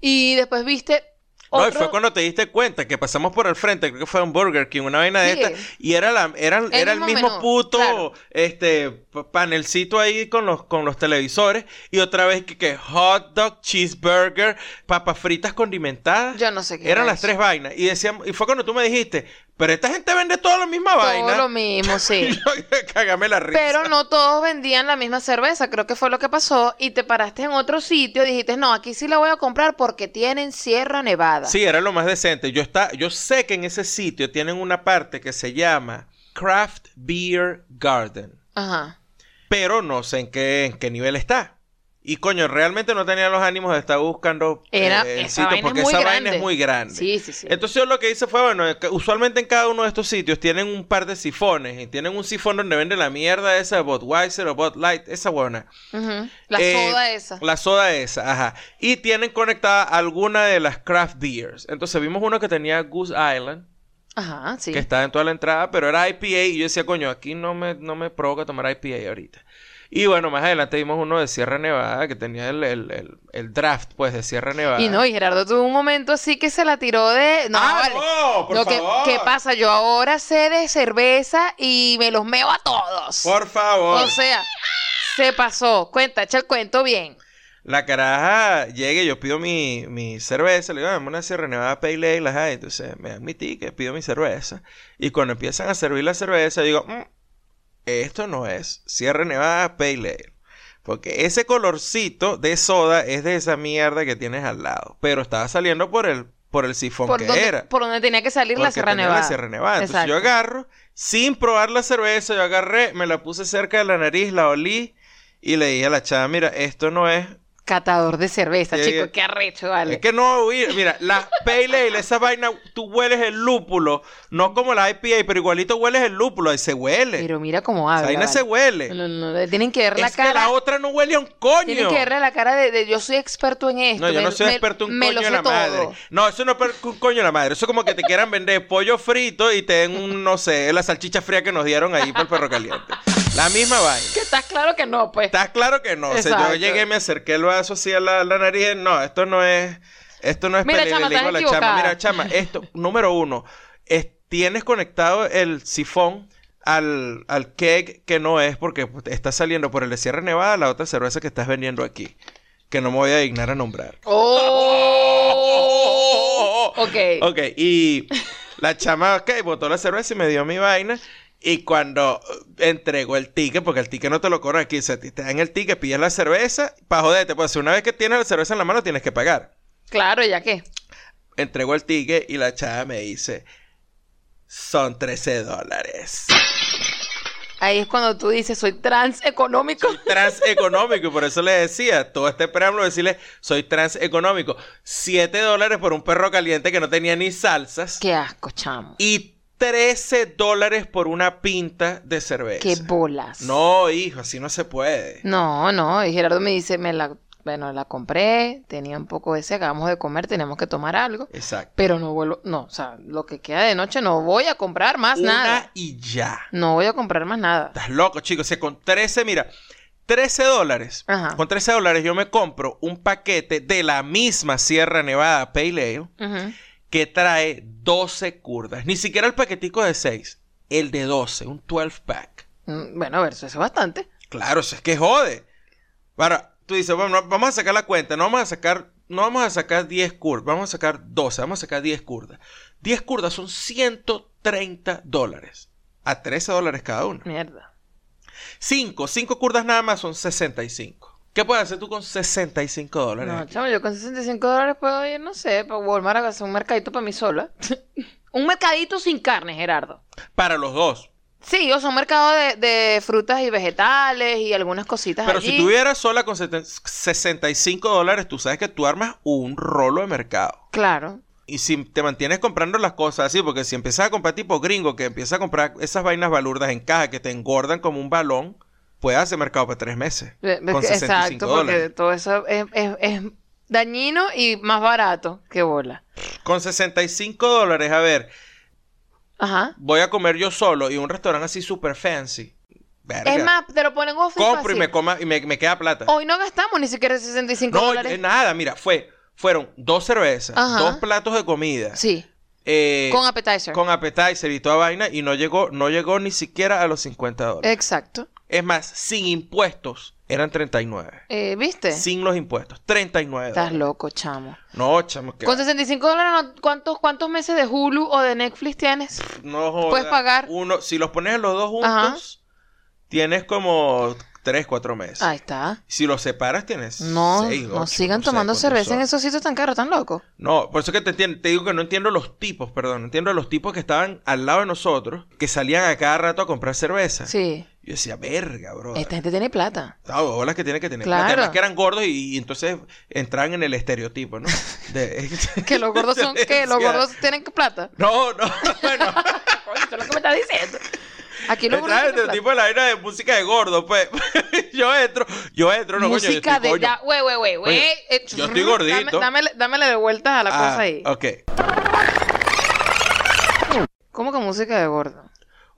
Y después viste No, y otro- fue cuando te diste cuenta que pasamos por el frente, creo que fue un Burger King, una vaina de Sí. esta, y era la, era, El era el mismo mismo menú, puto claro. este p- panelcito ahí con los con los televisores, y otra vez que, que hot dog, cheeseburger, papas fritas condimentadas. Yo no sé qué Eran era las eso. tres vainas. Y decíamos, y fue cuando tú me dijiste, pero esta gente vende toda la misma todo vaina. lo mismo, sí. Y yo, cágame la risa. Pero no todos vendían la misma cerveza, creo que fue lo que pasó. Y te paraste en otro sitio y dijiste, no, aquí sí la voy a comprar porque tienen Sierra Nevada. Sí, era lo más decente. Yo está, yo sé que en ese sitio tienen una parte que se llama Craft Beer Garden. Ajá. Pero no sé en qué, en qué nivel está. Y coño, realmente no tenía los ánimos de estar buscando Era- eh, el esa sitio vaina es porque muy esa vaina grande. es muy grande. Eh, Sí, sí, sí. Entonces yo lo que hice fue, bueno, que usualmente en cada uno de estos sitios tienen un par de sifones. Y tienen un sifón donde venden la mierda esa de Budweiser o Bud Light, esa buena. Ujú. La Eh, soda esa. La soda esa, ajá. Y tienen conectada alguna de las craft beers. Entonces vimos uno que tenía Goose Island, Ajá, sí. que estaba en toda la entrada, pero era IPA. Y yo decía, coño, aquí no me, no me provoca tomar IPA ahorita. Y bueno, más adelante vimos uno de Sierra Nevada, que tenía el, el- el- el draft, pues, de Sierra Nevada. Y no, y Gerardo tuvo un momento así que se la tiró de. No, ¡Ah, vale. no! ¡Por No, ¿qué, favor! qué pasa? Yo ahora sé de cerveza y me los meo a todos. ¡Por favor! O sea, se pasó. Cuenta, echa el cuento bien. La caraja llega y yo pido mi, mi cerveza, le digo, dame una Sierra Nevada Pale Ale, ajá", entonces me dan mi ticket, pido mi cerveza, y cuando empiezan a servir la cerveza, digo, "Mm, esto no es Sierra Nevada Pale Ale, porque ese colorcito de soda es de esa mierda que tienes al lado, pero estaba saliendo por el, por el sifón Por que donde, era. por donde tenía que salir la porque Sierra tenía Nevada. La Sierra Nevada. Entonces yo Exacto. agarro, sin probar la cerveza, yo agarré, me la puse cerca de la nariz, la olí y le dije a la chava, mira, esto no es Catador de cerveza, Sí, chico. que- Qué arrecho, vale. Es que no, huir. mira, las pale ale, esa vaina, tú hueles el lúpulo, no como la IPA, pero igualito hueles el lúpulo, ahí se huele. Pero mira cómo esa habla. vaina vale. se huele. No, no, no, tienen que ver la es que cara. la otra no huele a un coño. Tienen que verle la cara de, de yo soy experto en esto. No, yo me- no soy me- experto en me coño lo de sé la todo. madre. No, eso no es per- un coño de la madre. Eso es como que te quieran vender pollo frito y te den un, no sé, la salchicha fría que nos dieron ahí por el perro caliente. La misma vaina. Que está claro que no, pues. Está claro que no. O sea, Exacto. yo llegué, me acerqué el vaso así a la, la nariz. No, esto no es. Esto no es Mira, pelele, chama, le digo estás a la chama. equivocada. Mira, chama, esto, número uno, es- tienes conectado el sifón al, al keg que no es porque está saliendo por el de Sierra Nevada la otra cerveza que estás vendiendo aquí. Que no me voy a dignar a nombrar. Oh. Ok. Ok, y la chama, ok, botó la cerveza y me dio mi vaina. Y cuando eh, entregó el ticket, porque el ticket no te lo cobran aquí, o sea, te te dan el ticket, pides la cerveza, pa' joderte, pues una vez que tienes la cerveza en la mano tienes que pagar. Claro, ¿ya qué? Entregó el ticket y la chava me dice, son 13 dólares. Ahí es cuando tú dices, soy trans económico. Trans económico, y por eso le decía, todo este preámbulo decirle, soy trans económico. 7 dólares por un perro caliente que no tenía ni salsas. Qué asco, chamo. y 13 dólares por una pinta de cerveza. Qué bolas. no, hijo, así no se puede. No, no. Y Gerardo me dice, me la, bueno, la compré, tenía un poco de sed, acabamos de comer, tenemos que tomar algo. Exacto. Pero no vuelvo, no, o sea, lo que queda de noche no voy a comprar más una nada. y ya. No voy a comprar más nada. Estás loco, chicos. O sea, con 13, mira, 13 dólares. Ajá. Con 13 dólares yo me compro un paquete de la misma Sierra Nevada Pale Ale Ujú. que trae 12 curdas. Ni siquiera el paquetico de 6, el de 12, un 12 pack. Mm, Bueno, a ver, eso es bastante. Claro, eso es que jode. Ahora, tú dices, bueno, vamos a sacar la cuenta, no vamos a sacar, no vamos a sacar 10 curdas, vamos a sacar 12, vamos a sacar 10 curdas. 10 curdas son 130 dólares. A 13 dólares cada una. Mierda. 5, 5 curdas nada más son 65. ¿Qué puedes hacer tú con 65 dólares? No, chamo, yo con 65 dólares puedo ir, no sé, para Walmart a hacer un mercadito para mí sola. un mercadito sin carne, Gerardo. Para los dos. Sí, o sea, un mercado de, de frutas y vegetales y algunas cositas Pero allí. si tuvieras sola con seten- 65 dólares, tú sabes que tú armas un rolo de mercado. Claro. Y si te mantienes comprando las cosas así, porque si empiezas a comprar tipo gringo, que empieza a comprar esas vainas balurdas en caja que te engordan como un balón, puedes hacer mercado para tres meses. Eh, Con eh, 65 Exacto, porque dólares. todo eso es, es- es dañino y más barato que bola. Con 65 dólares, a ver, Ajá. voy a comer yo solo y un restaurante así super fancy. Verga. Es más, te lo ponen off compro y fácil. me, coma, y me, me queda plata. Hoy no gastamos ni siquiera 65 no, dólares. eh, nada, mira, fue, fueron dos cervezas, Ajá. dos platos de comida, Sí, eh, con appetizer. con appetizer y toda vaina, y no llegó, no llegó ni siquiera a los 50 dólares. Eh. Exacto. Es más, sin impuestos eran 39. Eh, ¿Viste? Sin los impuestos, 39. Estás dólares. loco, chamo. No, chamo, que Con 65 dólares, no- ¿cuántos, ¿cuántos meses de Hulu o de Netflix tienes? no jodas. puedes pagar. Uno, si los pones los dos Ajá. juntos, tienes como tres, cuatro meses. Ahí está. Si los separas, tienes No, seis, no ocho, sigan no sé tomando cuántos cerveza son. en esos sitios tan caros, tan locos. No, por eso que te, entien- te digo que no entiendo los tipos, perdón, no entiendo los tipos que estaban al lado de nosotros, que salían a cada rato a comprar cerveza. Sí. Yo decía, verga, bro. Esta gente tiene plata. Ah, bolas que tienen que tener. Claro. Además que eran gordos y, y entonces entraban en el estereotipo, ¿no? De- Que los gordos son, que los Decía, gordos tienen plata. No, no, bueno. Oye, ¿tú lo que me estás diciendo? Aquí los gordos Entraban tienen este plata. tipo de la vaina de música de gordo, pues. yo entro, yo entro, no, coño, yo Música estoy, de... coño. Ya, güey, güey, güey, güey. Oye, Eh, yo estoy gordito. Dame, dámele- dámele de vueltas a la Ah, cosa ahí. Ok. ¿Cómo que música de gordo?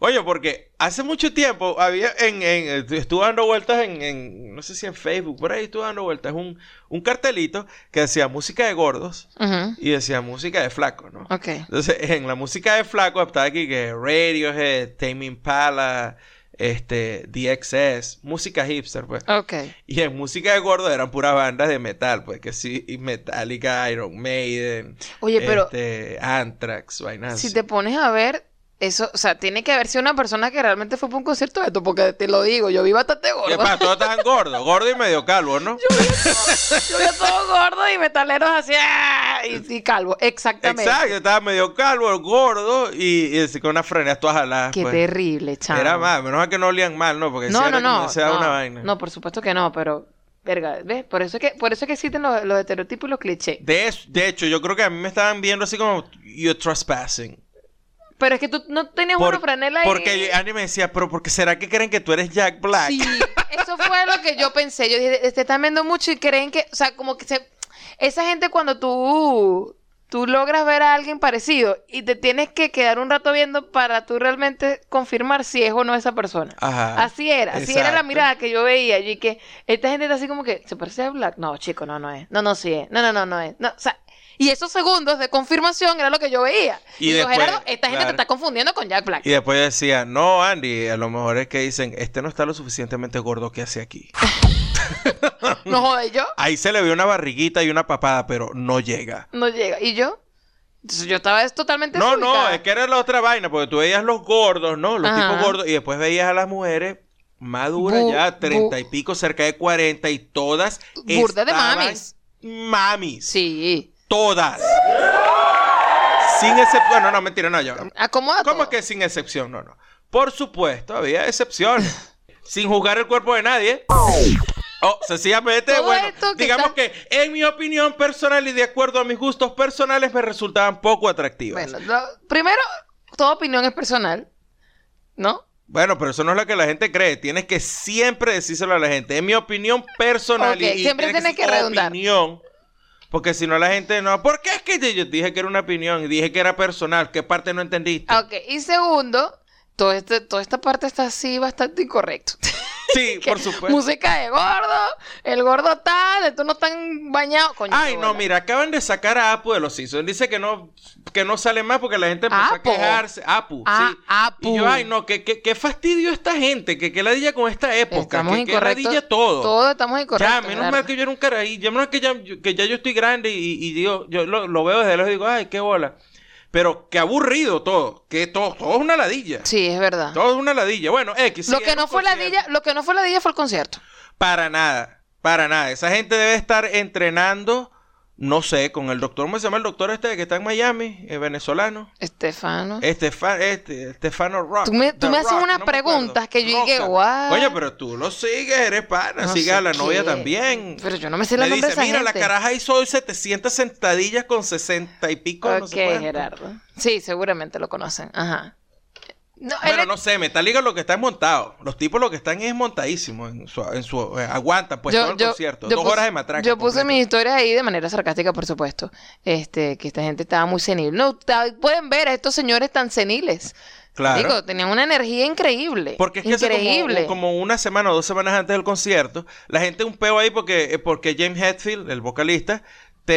Oye, porque hace mucho tiempo había en, en estuve dando vueltas en, en- no sé si en Facebook, por ahí estuve dando vueltas un, un cartelito que decía música de gordos Ujú. y decía música de flacos, ¿no? Ok. Entonces, en la música de Flaco estaba aquí que Radiohead, Tame Impala, este, DXS, música hipster, pues. Ok. Y en música de gordo eran puras bandas de metal, pues, que sí, y Metallica, Iron Maiden, Oye, pero este, Anthrax, vainas si así. te pones a ver, eso, o sea, tiene que haber sido una persona que realmente fue para un concierto de esto, porque te lo digo, yo vi bastante ¿Qué gordo. pasa? Todos estaban gordos, gordo y medio calvo, ¿no? Yo vi a todos gordos y metaleros así, ¡ah! y, y calvos, exactamente. Exacto, estaba medio calvo, gordo y, y así con unas frenas todas jaladas, Qué pues. terrible, chaval. Era más, menos mal que no olían mal, ¿no? Porque si No, era no, como- no. esa era no, una vaina. No, por supuesto que no, pero verga, ¿ves? Por eso es que por eso es que existen los, los estereotipos y los clichés. De, es- de hecho, yo creo que a mí me estaban viendo así como, you're trespassing. Pero es que tú no tenías Por- una franela y... Porque Annie me decía, pero porque será que creen que tú eres Jack Black? Sí, eso fue lo que yo pensé. Yo dije, te están viendo mucho y creen que, o sea, como que se... Esa gente cuando tú, tú logras ver a alguien parecido y te tienes que quedar un rato viendo para tú realmente confirmar si es o no esa persona. Ajá. así era, así era la Ah, exacto. mirada que yo veía. Yo y que esta gente está así como que, ¿se parece a Black? No, chico, no, no es. No, no, sí es. No, no, no, no es. No, o sea, y esos segundos de confirmación era lo que yo veía. Y Y, digo, después, Gerardo, esta gente claro. te está confundiendo con Jack Black. Y después decía, no, Andy, a lo mejor es que dicen, este no está lo suficientemente gordo que hace aquí. No jode yo. Ahí se le vio una barriguita y una papada, pero no llega. No llega. ¿Y yo? Entonces, yo estaba es- totalmente No, no, desubicada. es que era la otra vaina, porque tú veías los gordos, ¿no? Los Ajá. tipos gordos, y después veías a las mujeres maduras Bu- ya, treinta bu- y pico, cerca de cuarenta, y todas Burda de estaban mamis. Mamis. Sí. Todas. Sin excepción. Bueno, no, mentira, no, yo. Acomoda ¿Cómo todo. que sin excepción? No, no. Por supuesto, había excepciones. sin juzgar el cuerpo de nadie. O sencillamente, Todo bueno, esto que digamos está- que en mi opinión personal y de acuerdo a mis gustos personales me resultaban poco atractivas. Bueno, Bueno, lo- primero, toda opinión es personal, ¿no? pero eso no es lo que la gente cree. Tienes que siempre decírselo a la gente. En mi opinión personal. Ok, siempre tienes que decir redundar. Opinión, porque si no la gente no... ¿Por qué es que yo- yo dije que era una opinión? y Dije que era personal. ¿Qué parte no entendiste? Ah, Ok, y segundo, todo este, toda esta parte está así bastante incorrecto. Sí, Que por supuesto. Música de gordo, el gordo tal, entonces no están bañados. Coño, Ay, qué no, bola. mira, acaban de sacar a Apu de los Simpsons. Dice que no, que no sale más porque la gente empezó Apo. a quejarse. Apu, Ah, sí. Apu. Y yo, ay, no, qué, qué, qué fastidio esta gente, que, que ladilla con esta época, pues, Estamos que, que incorrectos. ladilla todo. Todos estamos incorrectos. ya, menos mal Gerardo. que yo era un caraí, ya menos que ya, que ya yo estoy grande y, y digo, yo lo, lo veo desde lejos y digo, ay, qué bola. Pero qué aburrido todo, que todo, todo es una ladilla. Sí, es verdad. Todo es una ladilla. Bueno, X. sí, lo que era no un fue la concierto. dilla, lo que no fue la dilla fue el concierto. Para nada, para nada. Esa gente debe estar entrenando, no sé, con el doctor, ¿cómo se llama el doctor este que está en Miami? Es venezolano. Estefano. Estefa- este, Estefano Rock. Tú me- The tú me haces Rock, unas no me acuerdo. preguntas que yo dije, Roca. "What?" Oye, pero tú lo sigues, eres pana, No sigue sé a ah, la qué. novia también. Pero yo no me sé Le los nombres de dice, esa mira, la gente". caraja hizo hoy 700 sentadillas con 60 y pico, no ok, sé cuánto". Gerardo. Sí, seguramente lo conocen. Ajá. No, él Pero es- no sé, Metallica lo que está es montado. Los tipos lo que están es montadísimos en su, en su eh, aguantan pues todo el concierto. yo Dos puse- horas de matraca. Yo puse completo. mis historias ahí de manera sarcástica, por supuesto. Este, que esta gente estaba muy senil. No, ta- pueden ver a estos señores tan seniles. Claro. Digo, tenían una energía increíble. Porque es que hace como- increíble. como, una semana o dos semanas antes del concierto, la gente un peo ahí porque, eh, porque James Hetfield, el vocalista,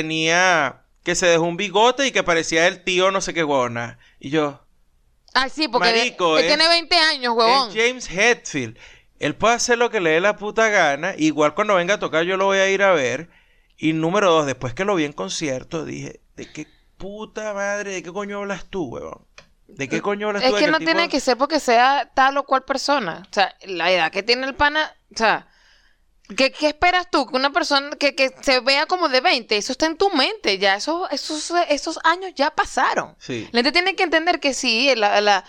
tenía que se dejó un bigote y que parecía el tío no sé qué huevona. Y yo, Ay, sí, porque Marico, él es- tiene 20 años, huevón. es James Hetfield. Él puede hacer lo que le dé la puta gana. Igual cuando venga a tocar yo lo voy a ir a ver. Y número dos, después que lo vi en concierto, dije, ¿de qué puta madre, de qué coño hablas tú, huevón? ¿De qué coño hablas Es tú? de que el no tipo- tiene que ser porque sea tal o cual persona. O sea, la edad que tiene el pana O sea, ¿qué, qué esperas tú? Que una persona que, que se vea como de 20, eso está en tu mente, ya esos, esos, esos años ya pasaron. Sí. La gente tiene que entender que sí, la, la-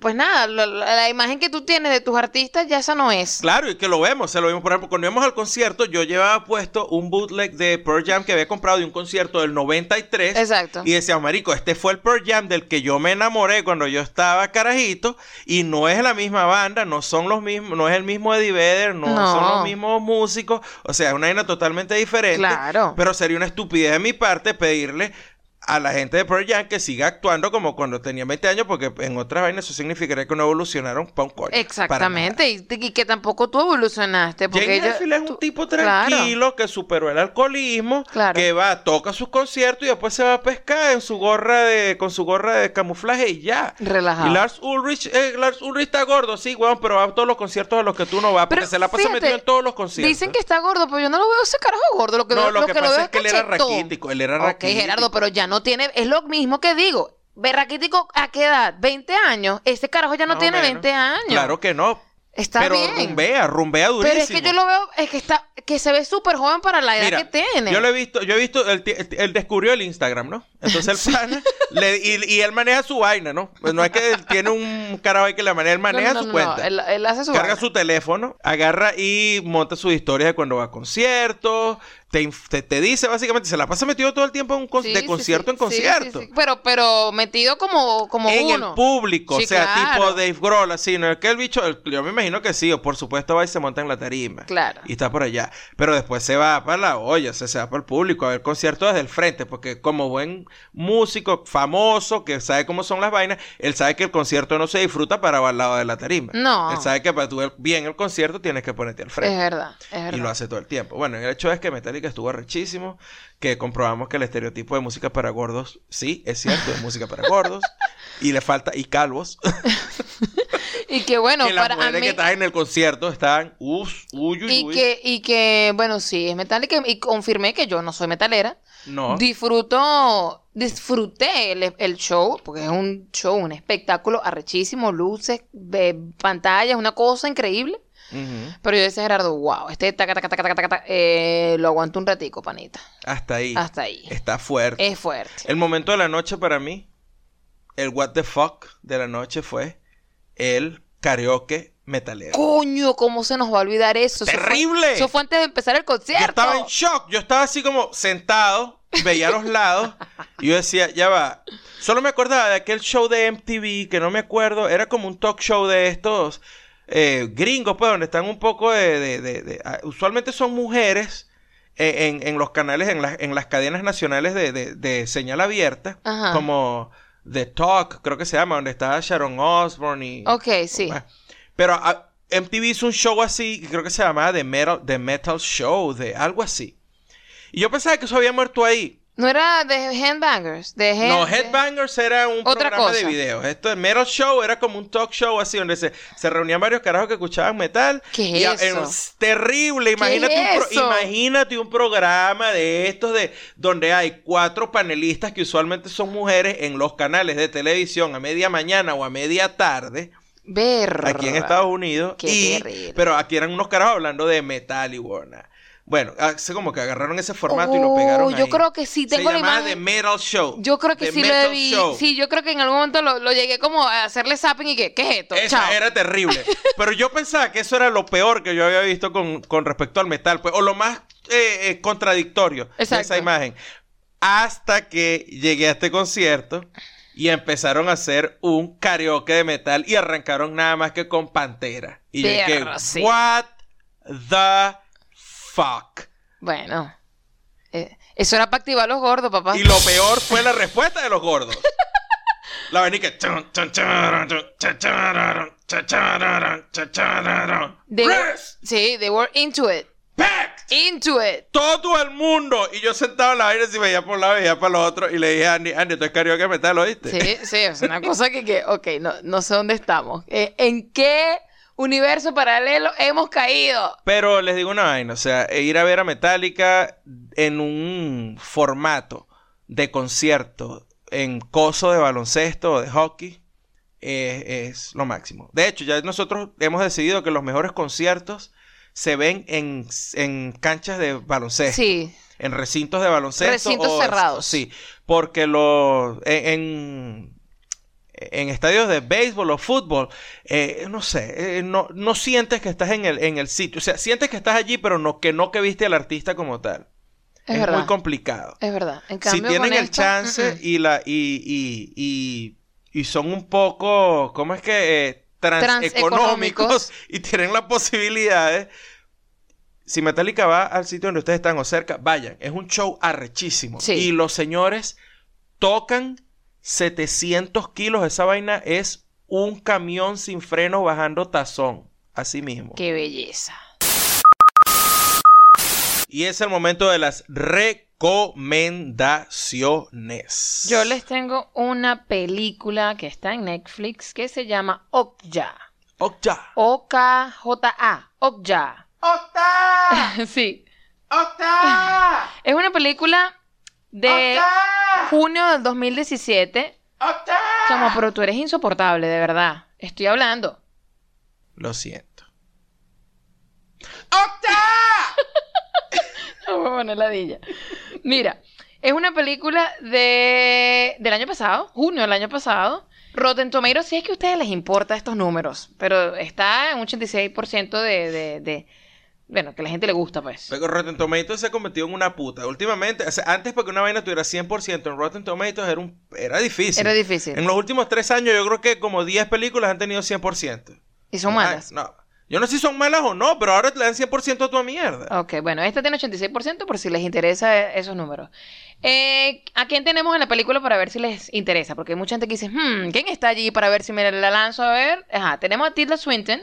pues nada, la, la- la imagen que tú tienes de tus artistas ya esa no es. Claro, y que lo vemos, se lo vimos. Por ejemplo, cuando íbamos al concierto, yo llevaba puesto un bootleg de Pearl Jam que había comprado de un concierto del 93. Exacto. Y decíamos, marico, este fue el Pearl Jam del que yo me enamoré cuando yo estaba carajito. Y no es la misma banda, no son los mismos, no es el mismo Eddie Vedder, no, No. son los mismos músicos. O sea, es una vaina totalmente diferente. Claro. Pero sería una estupidez de mi parte pedirle a la gente de Pearl Jam que siga actuando como cuando tenía 20 años, porque en otras vainas eso significaría que no evolucionaron pa' un coño. para nada. Exactamente, y, y que tampoco tú evolucionaste. Porque Jane yo- Hetfield es un tú- tipo Claro. tranquilo que superó el alcoholismo, Claro. que va, toca sus conciertos y después se va a pescar en su gorra de, con su gorra de camuflaje y ya. Relajado. Y Lars Ulrich, eh, Lars Ulrich está gordo, sí, weón, pero va a todos los conciertos a los que tú no vas, porque Pero se la pasa fíjate, metido en todos los conciertos. Dicen que está gordo, pero yo no lo veo ese carajo gordo. Lo que no, veo, lo, que, veo pasa es que él era cachetón. raquítico, él era Ok, raquítico. Gerardo, pero ya no tiene. Es lo mismo que digo. Ve raquítico a qué edad? 20 años. Ese carajo ya no, Más o tiene menos. 20 años. Claro que no. Está pero bien. rumbea, rumbea durísimo. pero es que yo lo veo, es que está, que se ve súper joven para la edad Mira, que tiene. Yo lo he visto, yo he visto, él, ti- él descubrió el Instagram, ¿no? Entonces el pana, le- y, y él maneja su vaina, ¿no? Pues no es que él tiene un carajo ahí que la maneja, él No, maneja no, su no, cuenta. él, él hace su. Carga vaina. su teléfono, agarra y monta sus historias de cuando va a conciertos, te, inf- te, te dice básicamente, se la pasa metido todo el tiempo en un con- Sí, de sí, concierto sí, en sí, sí, concierto. sí. Pero, pero metido como, como en uno. el público, Sí, o sea, tipo claro. Dave Grohl, así, ¿no? Que el bicho, el- yo me imagino que sí, o por supuesto va y se monta en la tarima. Claro. Y está por allá. Pero después se va para la olla, o sea, se va para el público a ver conciertos desde el frente, porque como buen músico famoso que sabe cómo son las vainas, él sabe que el concierto no se disfruta para al lado de la tarima. No. Él sabe que para tú ver bien el concierto tienes que ponerte al Es frente. verdad, es verdad. Y lo hace todo el tiempo. Bueno, el hecho es que Metallica estuvo arrechísimo, que comprobamos que el estereotipo de música para gordos, sí, es cierto, es música para gordos. Y le falta, y calvos. Y que bueno, que las para a mujeres mí. que estaban en el concierto estaban, uff, uy, uy, Y uy. que, y que, bueno, sí, es metálica. Y confirmé que yo no soy metalera. No. Disfruto, disfruté el, el show, porque es un show, un espectáculo arrechísimo, luces, de pantallas, una cosa increíble. Ujú. Pero yo decía, Gerardo, wow, este taca, taca, taca, taca, taca, taca, eh, lo aguanto un ratico, panita. Hasta ahí. Hasta ahí. Está fuerte. Es fuerte. El momento de la noche para mí, el what the fuck de la noche fue el karaoke metalero. Coño, ¿cómo se nos va a olvidar eso? Eso fue- ¡Terrible! Eso fue antes de empezar el Yo concierto. estaba en shock. Yo estaba así como sentado, veía a los lados y yo decía, ya va. Solo me acordaba de aquel show de MTV que no me acuerdo. Era como un talk show de estos eh, gringos, pues, donde están un poco de. de- de- de- ah, usualmente son mujeres eh, en, en los canales, en, las en las cadenas nacionales de, de- de señal abierta, Ajá. como The Talk, creo que se llama, donde está Sharon Osbourne y. Ok, sí. Bueno, Pero ah, MTV hizo un show así, que creo que se llamaba The Metal, The Metal Show, de algo así. Y yo pensaba que eso había muerto ahí. No era de Headbangers, de Head- No, de- Headbangers era un Otra programa de cosa. videos. Esto de Metal Show era como un talk show así, donde se, se reunían varios carajos que escuchaban metal. ¿Qué es y a- eso? era un- terrible. Imagínate, es un pro- eso? imagínate un programa de estos de donde hay cuatro panelistas que usualmente son mujeres en los canales de televisión a media mañana o a media tarde Berra. aquí en Estados Unidos. Qué y- terrible. pero aquí eran unos carajos hablando de metal y buena. Bueno, hace como que agarraron ese formato y lo pegaron. Oh, Yo ahí. creo que sí, tengo Se la llamaba imagen. The Metal Show. Yo creo que The sí Metal lo vi. Show. Sí, yo creo que en algún momento lo, lo llegué como a hacerle zapping y que, ¿qué es esto? Esa Chao. era terrible. Pero yo pensaba que eso era lo peor que yo había visto con, con respecto al metal, pues, o lo más eh, eh, contradictorio de Exacto. esa imagen. Hasta que llegué a este concierto y empezaron a hacer un karaoke de metal y arrancaron nada más que con Pantera. Y yo dije, Perro, sí. what the fuck. Bueno. eh, eso era para activar los gordos, papá. Y lo peor fue la respuesta de los gordos. La vaina They que... were- sí, they were into it. Back. Into it. Todo el mundo. Y yo sentado en la aire, y veía por un lado, veía para los otro. Y le dije a Andy, Andy, tú es karaoke metal, ¿oíste? Sí, sí, es una cosa que, que ok, no, no sé dónde estamos. Eh, ¿En qué universo paralelo hemos caído? Pero les digo una vaina, o sea, e ir a ver a Metallica en un formato de concierto en coso de baloncesto o de hockey eh, es, lo máximo. De hecho, ya nosotros hemos decidido que los mejores conciertos se ven en, en canchas de baloncesto. Sí, En recintos de baloncesto. Recintos o- cerrados. Sí, porque los... En, en estadios de béisbol o fútbol, eh, no sé, eh, no, no sientes que estás en el, en el sitio. O sea, sientes que estás allí, pero no que no que viste al artista como tal. es, es verdad. muy complicado es verdad. En si cambio, tienen con el esta, chance mm, mm. y la y, y, y, y son un poco cómo es que eh, transeconómicos Transeconómicos. y tienen las posibilidades si Metallica va al sitio donde ustedes están o cerca vayan es un show arrechísimo Sí. y los señores tocan 700 kilos esa vaina es un camión sin freno bajando tazón así mismo Qué belleza. y es el momento de las recomendaciones Yo les tengo una película que está en Netflix que se llama Okja. Okja. O-K-J-A. Okja. ¡Octa! sí. ¡Octa! Es una película de junio del 2017. Chamo, pero tú eres insoportable, de verdad. Estoy hablando. Lo siento. ¡Octa! Voy a poner ladilla. Mira, es una película de del año pasado, junio del año pasado. Rotten Tomatoes, si es que a ustedes les importa estos números, pero está en un 86% de, de, de- Bueno, que a la gente le gusta, pues. Pero Rotten Tomatoes se ha convertido en una puta. Últimamente, o sea, antes para que una vaina tuviera 100% en Rotten Tomatoes era, un, era difícil. Era difícil. En los últimos tres años yo creo que como 10 películas han tenido 100%. Y son malas. Ay, no. Yo no sé si son malas o no, pero ahora te le dan 100% a tu mierda. Ok, bueno, esta tiene 86% por si les interesa eh, esos números. Eh, ¿A quién tenemos en la película para ver si les interesa? Porque hay mucha gente que dice, hmm, ¿quién está allí para ver si me la lanzo a ver? Ajá, tenemos a Tilda Swinton,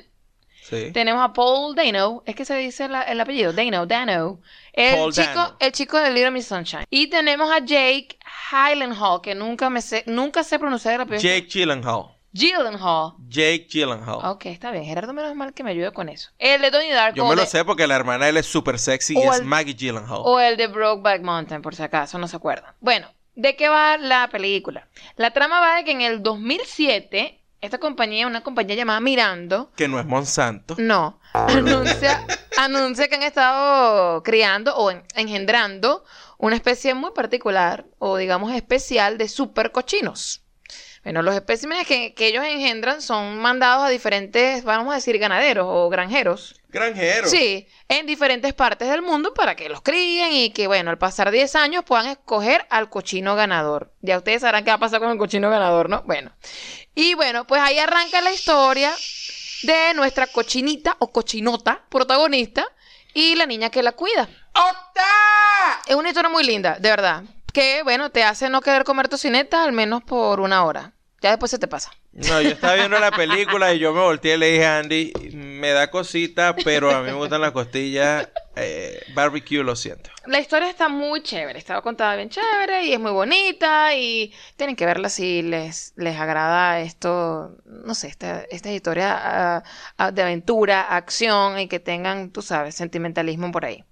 Sí. Tenemos a Paul Dano, es que se dice la- el apellido, Dano, Dano. El Paul chico, Dano. el chico de Little Miss Sunshine. Y tenemos a Jake Hall, que nunca me sé, nunca sé pronunciar el apellido. Jake Gyllenhaal. Gyllenhaal. Jake Gyllenhaal. Ok, está bien. Gerardo, menos mal que me ayude con eso. El de Donnie Darko. Yo me o lo de- sé porque la hermana de él es súper sexy y O es el- Maggie Gyllenhaal. O el de Brokeback Mountain, por si acaso, no se acuerdan. Bueno, ¿de qué va la película? La trama va de que en el 2007, esta compañía, una compañía llamada Mirando, Que no es Monsanto. No, anuncia, anuncia que han estado criando o en- engendrando una especie muy particular o digamos especial de super cochinos. Bueno, los especímenes que, que ellos engendran son mandados a diferentes, vamos a decir, ganaderos o granjeros. Granjero. Sí, en diferentes partes del mundo para que los críen y que, bueno, al pasar 10 años puedan escoger al cochino ganador. Ya ustedes sabrán qué va a pasar con el cochino ganador, ¿no? Bueno. Y bueno, pues ahí arranca la historia de nuestra cochinita o cochinota protagonista y la niña que la cuida. Es una historia muy linda, de verdad. Que, bueno, te hace no querer comer tocineta al menos por una hora. Ya después se te pasa. No, yo estaba viendo la película y yo me volteé y le dije a Andy, me da cosita, pero a mí me gustan las costillas. eh, barbecue, lo siento. La historia está muy chévere, estaba contada bien chévere y es muy bonita y tienen que verla si les, les agrada esto, no sé, esta, esta historia ah, ah, de aventura, acción y que tengan, tú sabes, sentimentalismo por ahí.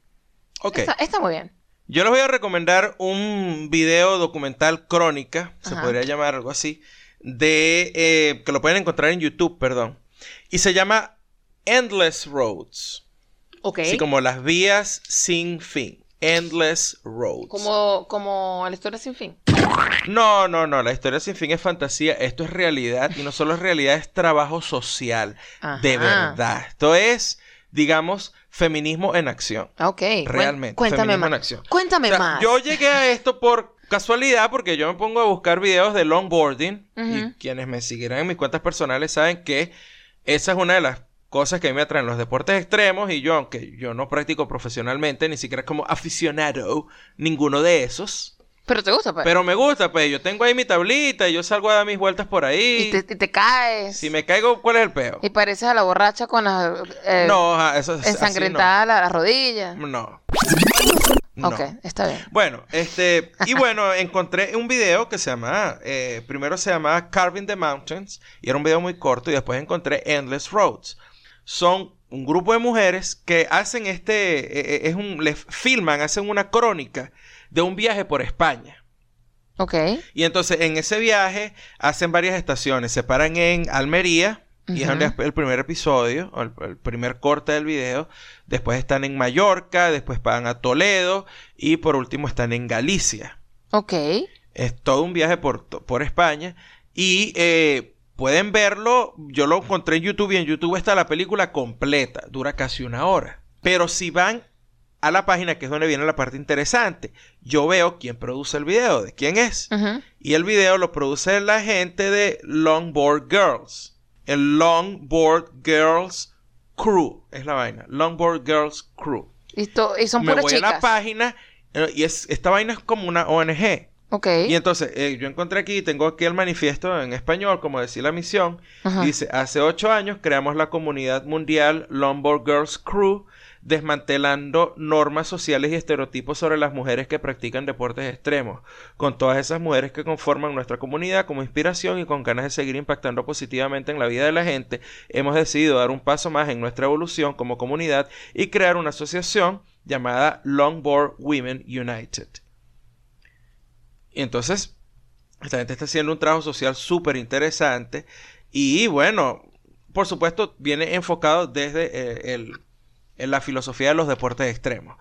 Ok. Está, está muy bien. Yo les voy a recomendar un video documental crónica, se Ajá. podría llamar algo así, de eh, que lo pueden encontrar en YouTube, perdón. Y se llama Endless Roads. Ok. Así como las vías sin fin. Endless Roads. Como, como la historia sin fin. No, no, no, la historia sin fin es fantasía, esto es realidad y no solo es realidad, es trabajo social, de Ajá. verdad. Esto es, digamos, feminismo en acción. Ok. cuen- Realmente, Cuéntame feminismo más. en acción. Cuéntame O sea, más. yo llegué a esto por casualidad porque yo me pongo a buscar videos de longboarding y Ujú. quienes me siguieran en mis cuentas personales saben que esa es una de las cosas que a mí me atraen los deportes extremos y yo, aunque yo no practico profesionalmente, ni siquiera como aficionado, ninguno de esos. Pero te gusta, pues. Pero me gusta, pues yo tengo ahí mi tablita y yo salgo a dar mis vueltas por ahí. y, te, y te caes. Si me caigo, ¿cuál es el peo? Y pareces a la borracha con las eh, no, ajá, eso es así, ensangrentada la, la rodilla. No. no. No. Ok, está bien. Bueno, este, y bueno, encontré un video que se llama, eh, primero se llamaba Carving the Mountains, y era un video muy corto, y después encontré Endless Roads. Son un grupo de mujeres que hacen este, eh, eh, es un, les filman, hacen una crónica de un viaje por España. Ok. Y entonces en ese viaje hacen varias estaciones. Se paran en Almería, y es donde Ujú. el primer episodio, o el, el primer corte del video. Después están en Mallorca, después van a Toledo y por último están en Galicia. Ok. Es todo un viaje por, to- por España y eh, pueden verlo. Yo lo encontré en YouTube y en YouTube está la película completa, dura casi una hora. Pero si van a la página, que es donde viene la parte interesante, yo veo quién produce el video, de quién es. Ujú. Y el video lo produce la gente de Longboard Girls. El Longboard Girls Crew. Es la vaina. Longboard Girls Crew. Y, to- y son Me puras voy a la chicas. página eh, y es, esta vaina es como una ONG. ok. Y entonces eh, yo encontré aquí, tengo aquí el manifiesto en español, como decía la misión. Ajá. Dice, hace ocho años creamos la comunidad mundial Longboard Girls Crew, desmantelando normas sociales y estereotipos sobre las mujeres que practican deportes extremos, con todas esas mujeres que conforman nuestra comunidad como inspiración y con ganas de seguir impactando positivamente en la vida de la gente, hemos decidido dar un paso más en nuestra evolución como comunidad y crear una asociación llamada Longboard Women United. Y entonces, esta gente está haciendo un trabajo social súper interesante. Y bueno, por supuesto, viene enfocado desde eh, el- en la filosofía de los deportes extremos.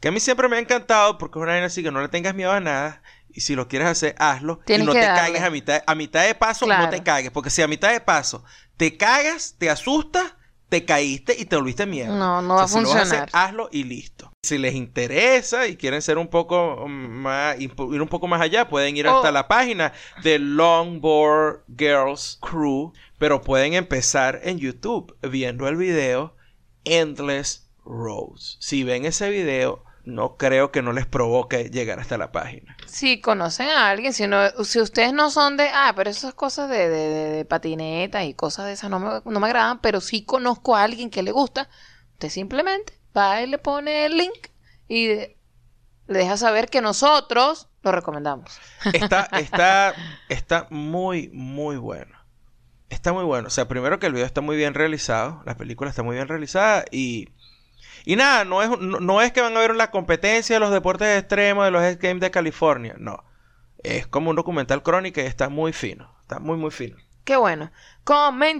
Que a mí siempre me ha encantado porque es una vaina así que no le tengas miedo a nada. Y si lo quieres hacer, hazlo. Tienes y no que te darle. cagues a mitad, a mitad de paso, no Claro. te cagues. Porque si a mitad de paso te cagas, te asustas, te caíste y te volviste mierda. No, no O va a sea, si lo vas a hacer, ah. funcionar. hazlo y listo. Si les interesa y quieren ser un poco más, ir un poco más allá, pueden ir hasta Oh. la página de Longboard Girls Crew, pero pueden empezar en YouTube viendo el video Endless Roads. Si ven ese video, no creo que no les provoque llegar hasta la página. Si conocen a alguien, si, no, si ustedes no son de, ah, pero esas cosas de, de, de- de patinetas y cosas de esas no me, no me agradan, pero si conozco a alguien que le gusta, usted simplemente va y le pone el link y de- le deja saber que nosotros lo recomendamos. Está, está, está muy, muy bueno. Está muy bueno. O sea, primero que el video está muy bien realizado, la película está muy bien realizada y... Y nada, no es, no, no es que van a ver la competencia de los deportes extremos de los X Games de California, no. Es como un documental crónica y está muy fino. Está muy, muy fino. Qué bueno.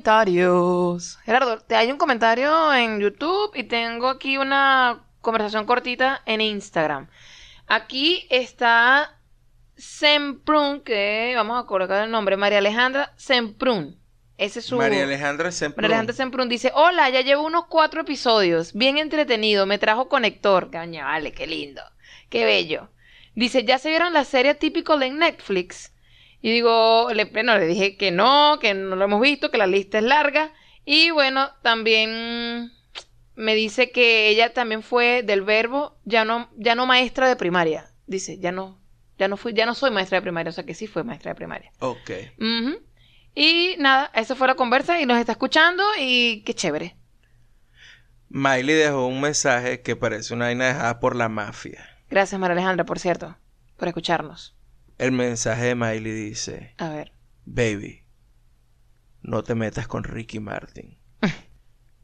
Comentarios. Gerardo, te hay un comentario en YouTube y tengo aquí una conversación cortita en Instagram. Aquí está Semprun, que vamos a colocar el nombre, María Alejandra Semprun. Ese es su... María Alejandra siempre... María Alejandra Semprún dice, hola, ya llevo unos cuatro episodios, bien entretenido, me trajo conector. Caña, vale, qué lindo, qué bello. Dice, ¿ya se vieron la serie típico en Netflix? Y digo, le, bueno, le dije que no, que no lo hemos visto, que la lista es larga. Y bueno, también me dice que ella también fue del verbo, ya no, ya no maestra de primaria. Dice, ya no, ya no fui, ya no soy maestra de primaria, o sea que sí fue maestra de primaria. Ok. Ujú. Y nada, esa fue la conversa y nos está escuchando y qué chévere. Miley dejó un mensaje que parece una vaina dejada por la mafia. Gracias, María Alejandra, por cierto, por escucharnos. El mensaje de Miley dice... A ver. Baby, no te metas con Ricky Martin.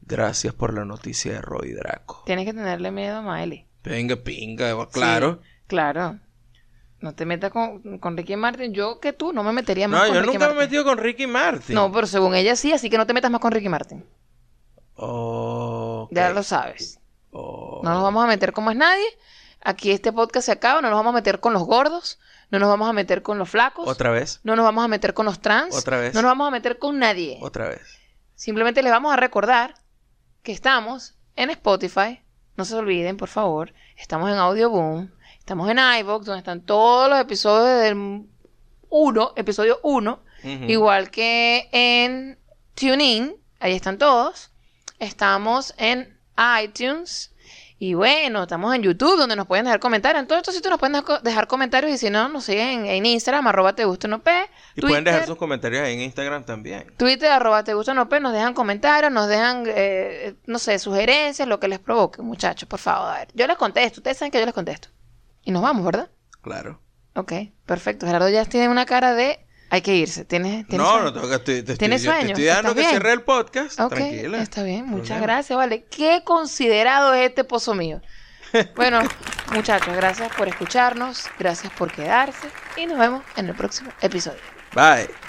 Gracias por la noticia de Roy Draco. Tienes que tenerle miedo a Miley. Pinga, pinga, claro. Sí, claro. No te metas con, con Ricky Martin. Yo que tú no me metería más No, con yo Ricky nunca me he Martin. metido con Ricky Martin. No, pero según ella sí, así que no te metas más con Ricky Martin. Ok. Ya lo sabes. Oh. No nos vamos a meter con más nadie. Aquí este podcast se acaba. No nos vamos a meter con los gordos. No nos vamos a meter con los flacos. Otra vez, No nos vamos a meter con los trans. Otra vez. No nos vamos a meter con nadie. otra vez. Simplemente les vamos a recordar que estamos en Spotify. No se olviden, por favor. Estamos en Audioboom. Estamos en iVoox, donde están todos los episodios del 1, episodio 1. Ujú. Igual que en TuneIn. Ahí están todos. Estamos en iTunes. Y bueno, estamos en YouTube, donde nos pueden dejar comentarios. En todos estos sitios nos pueden dejar- dejar comentarios. Y si no, nos siguen en, en Instagram, arroba te gusta no pe. Y pueden dejar Twitter. sus comentarios ahí en Instagram también. Twitter, arroba te gusta no pe, nos dejan comentarios, nos dejan, eh, no sé, sugerencias, lo que les provoque, muchachos, por favor. a ver, yo les contesto, ustedes saben que yo les contesto. Y nos vamos, ¿verdad? Claro. Ok, perfecto. Gerardo ya tiene una cara de hay que irse. ¿Tienes, tienes No, sueño? no, tengo que- te, te estoy, ¿Tienes yo te sueño? estoy dejando ¿Estás que bien? cierre el podcast. Ok, Tranquila. está bien, muchas Problema. gracias, vale. Qué considerado es este pozo mío. Bueno, muchachos, gracias por escucharnos, gracias por quedarse y nos vemos en el próximo episodio. Bye.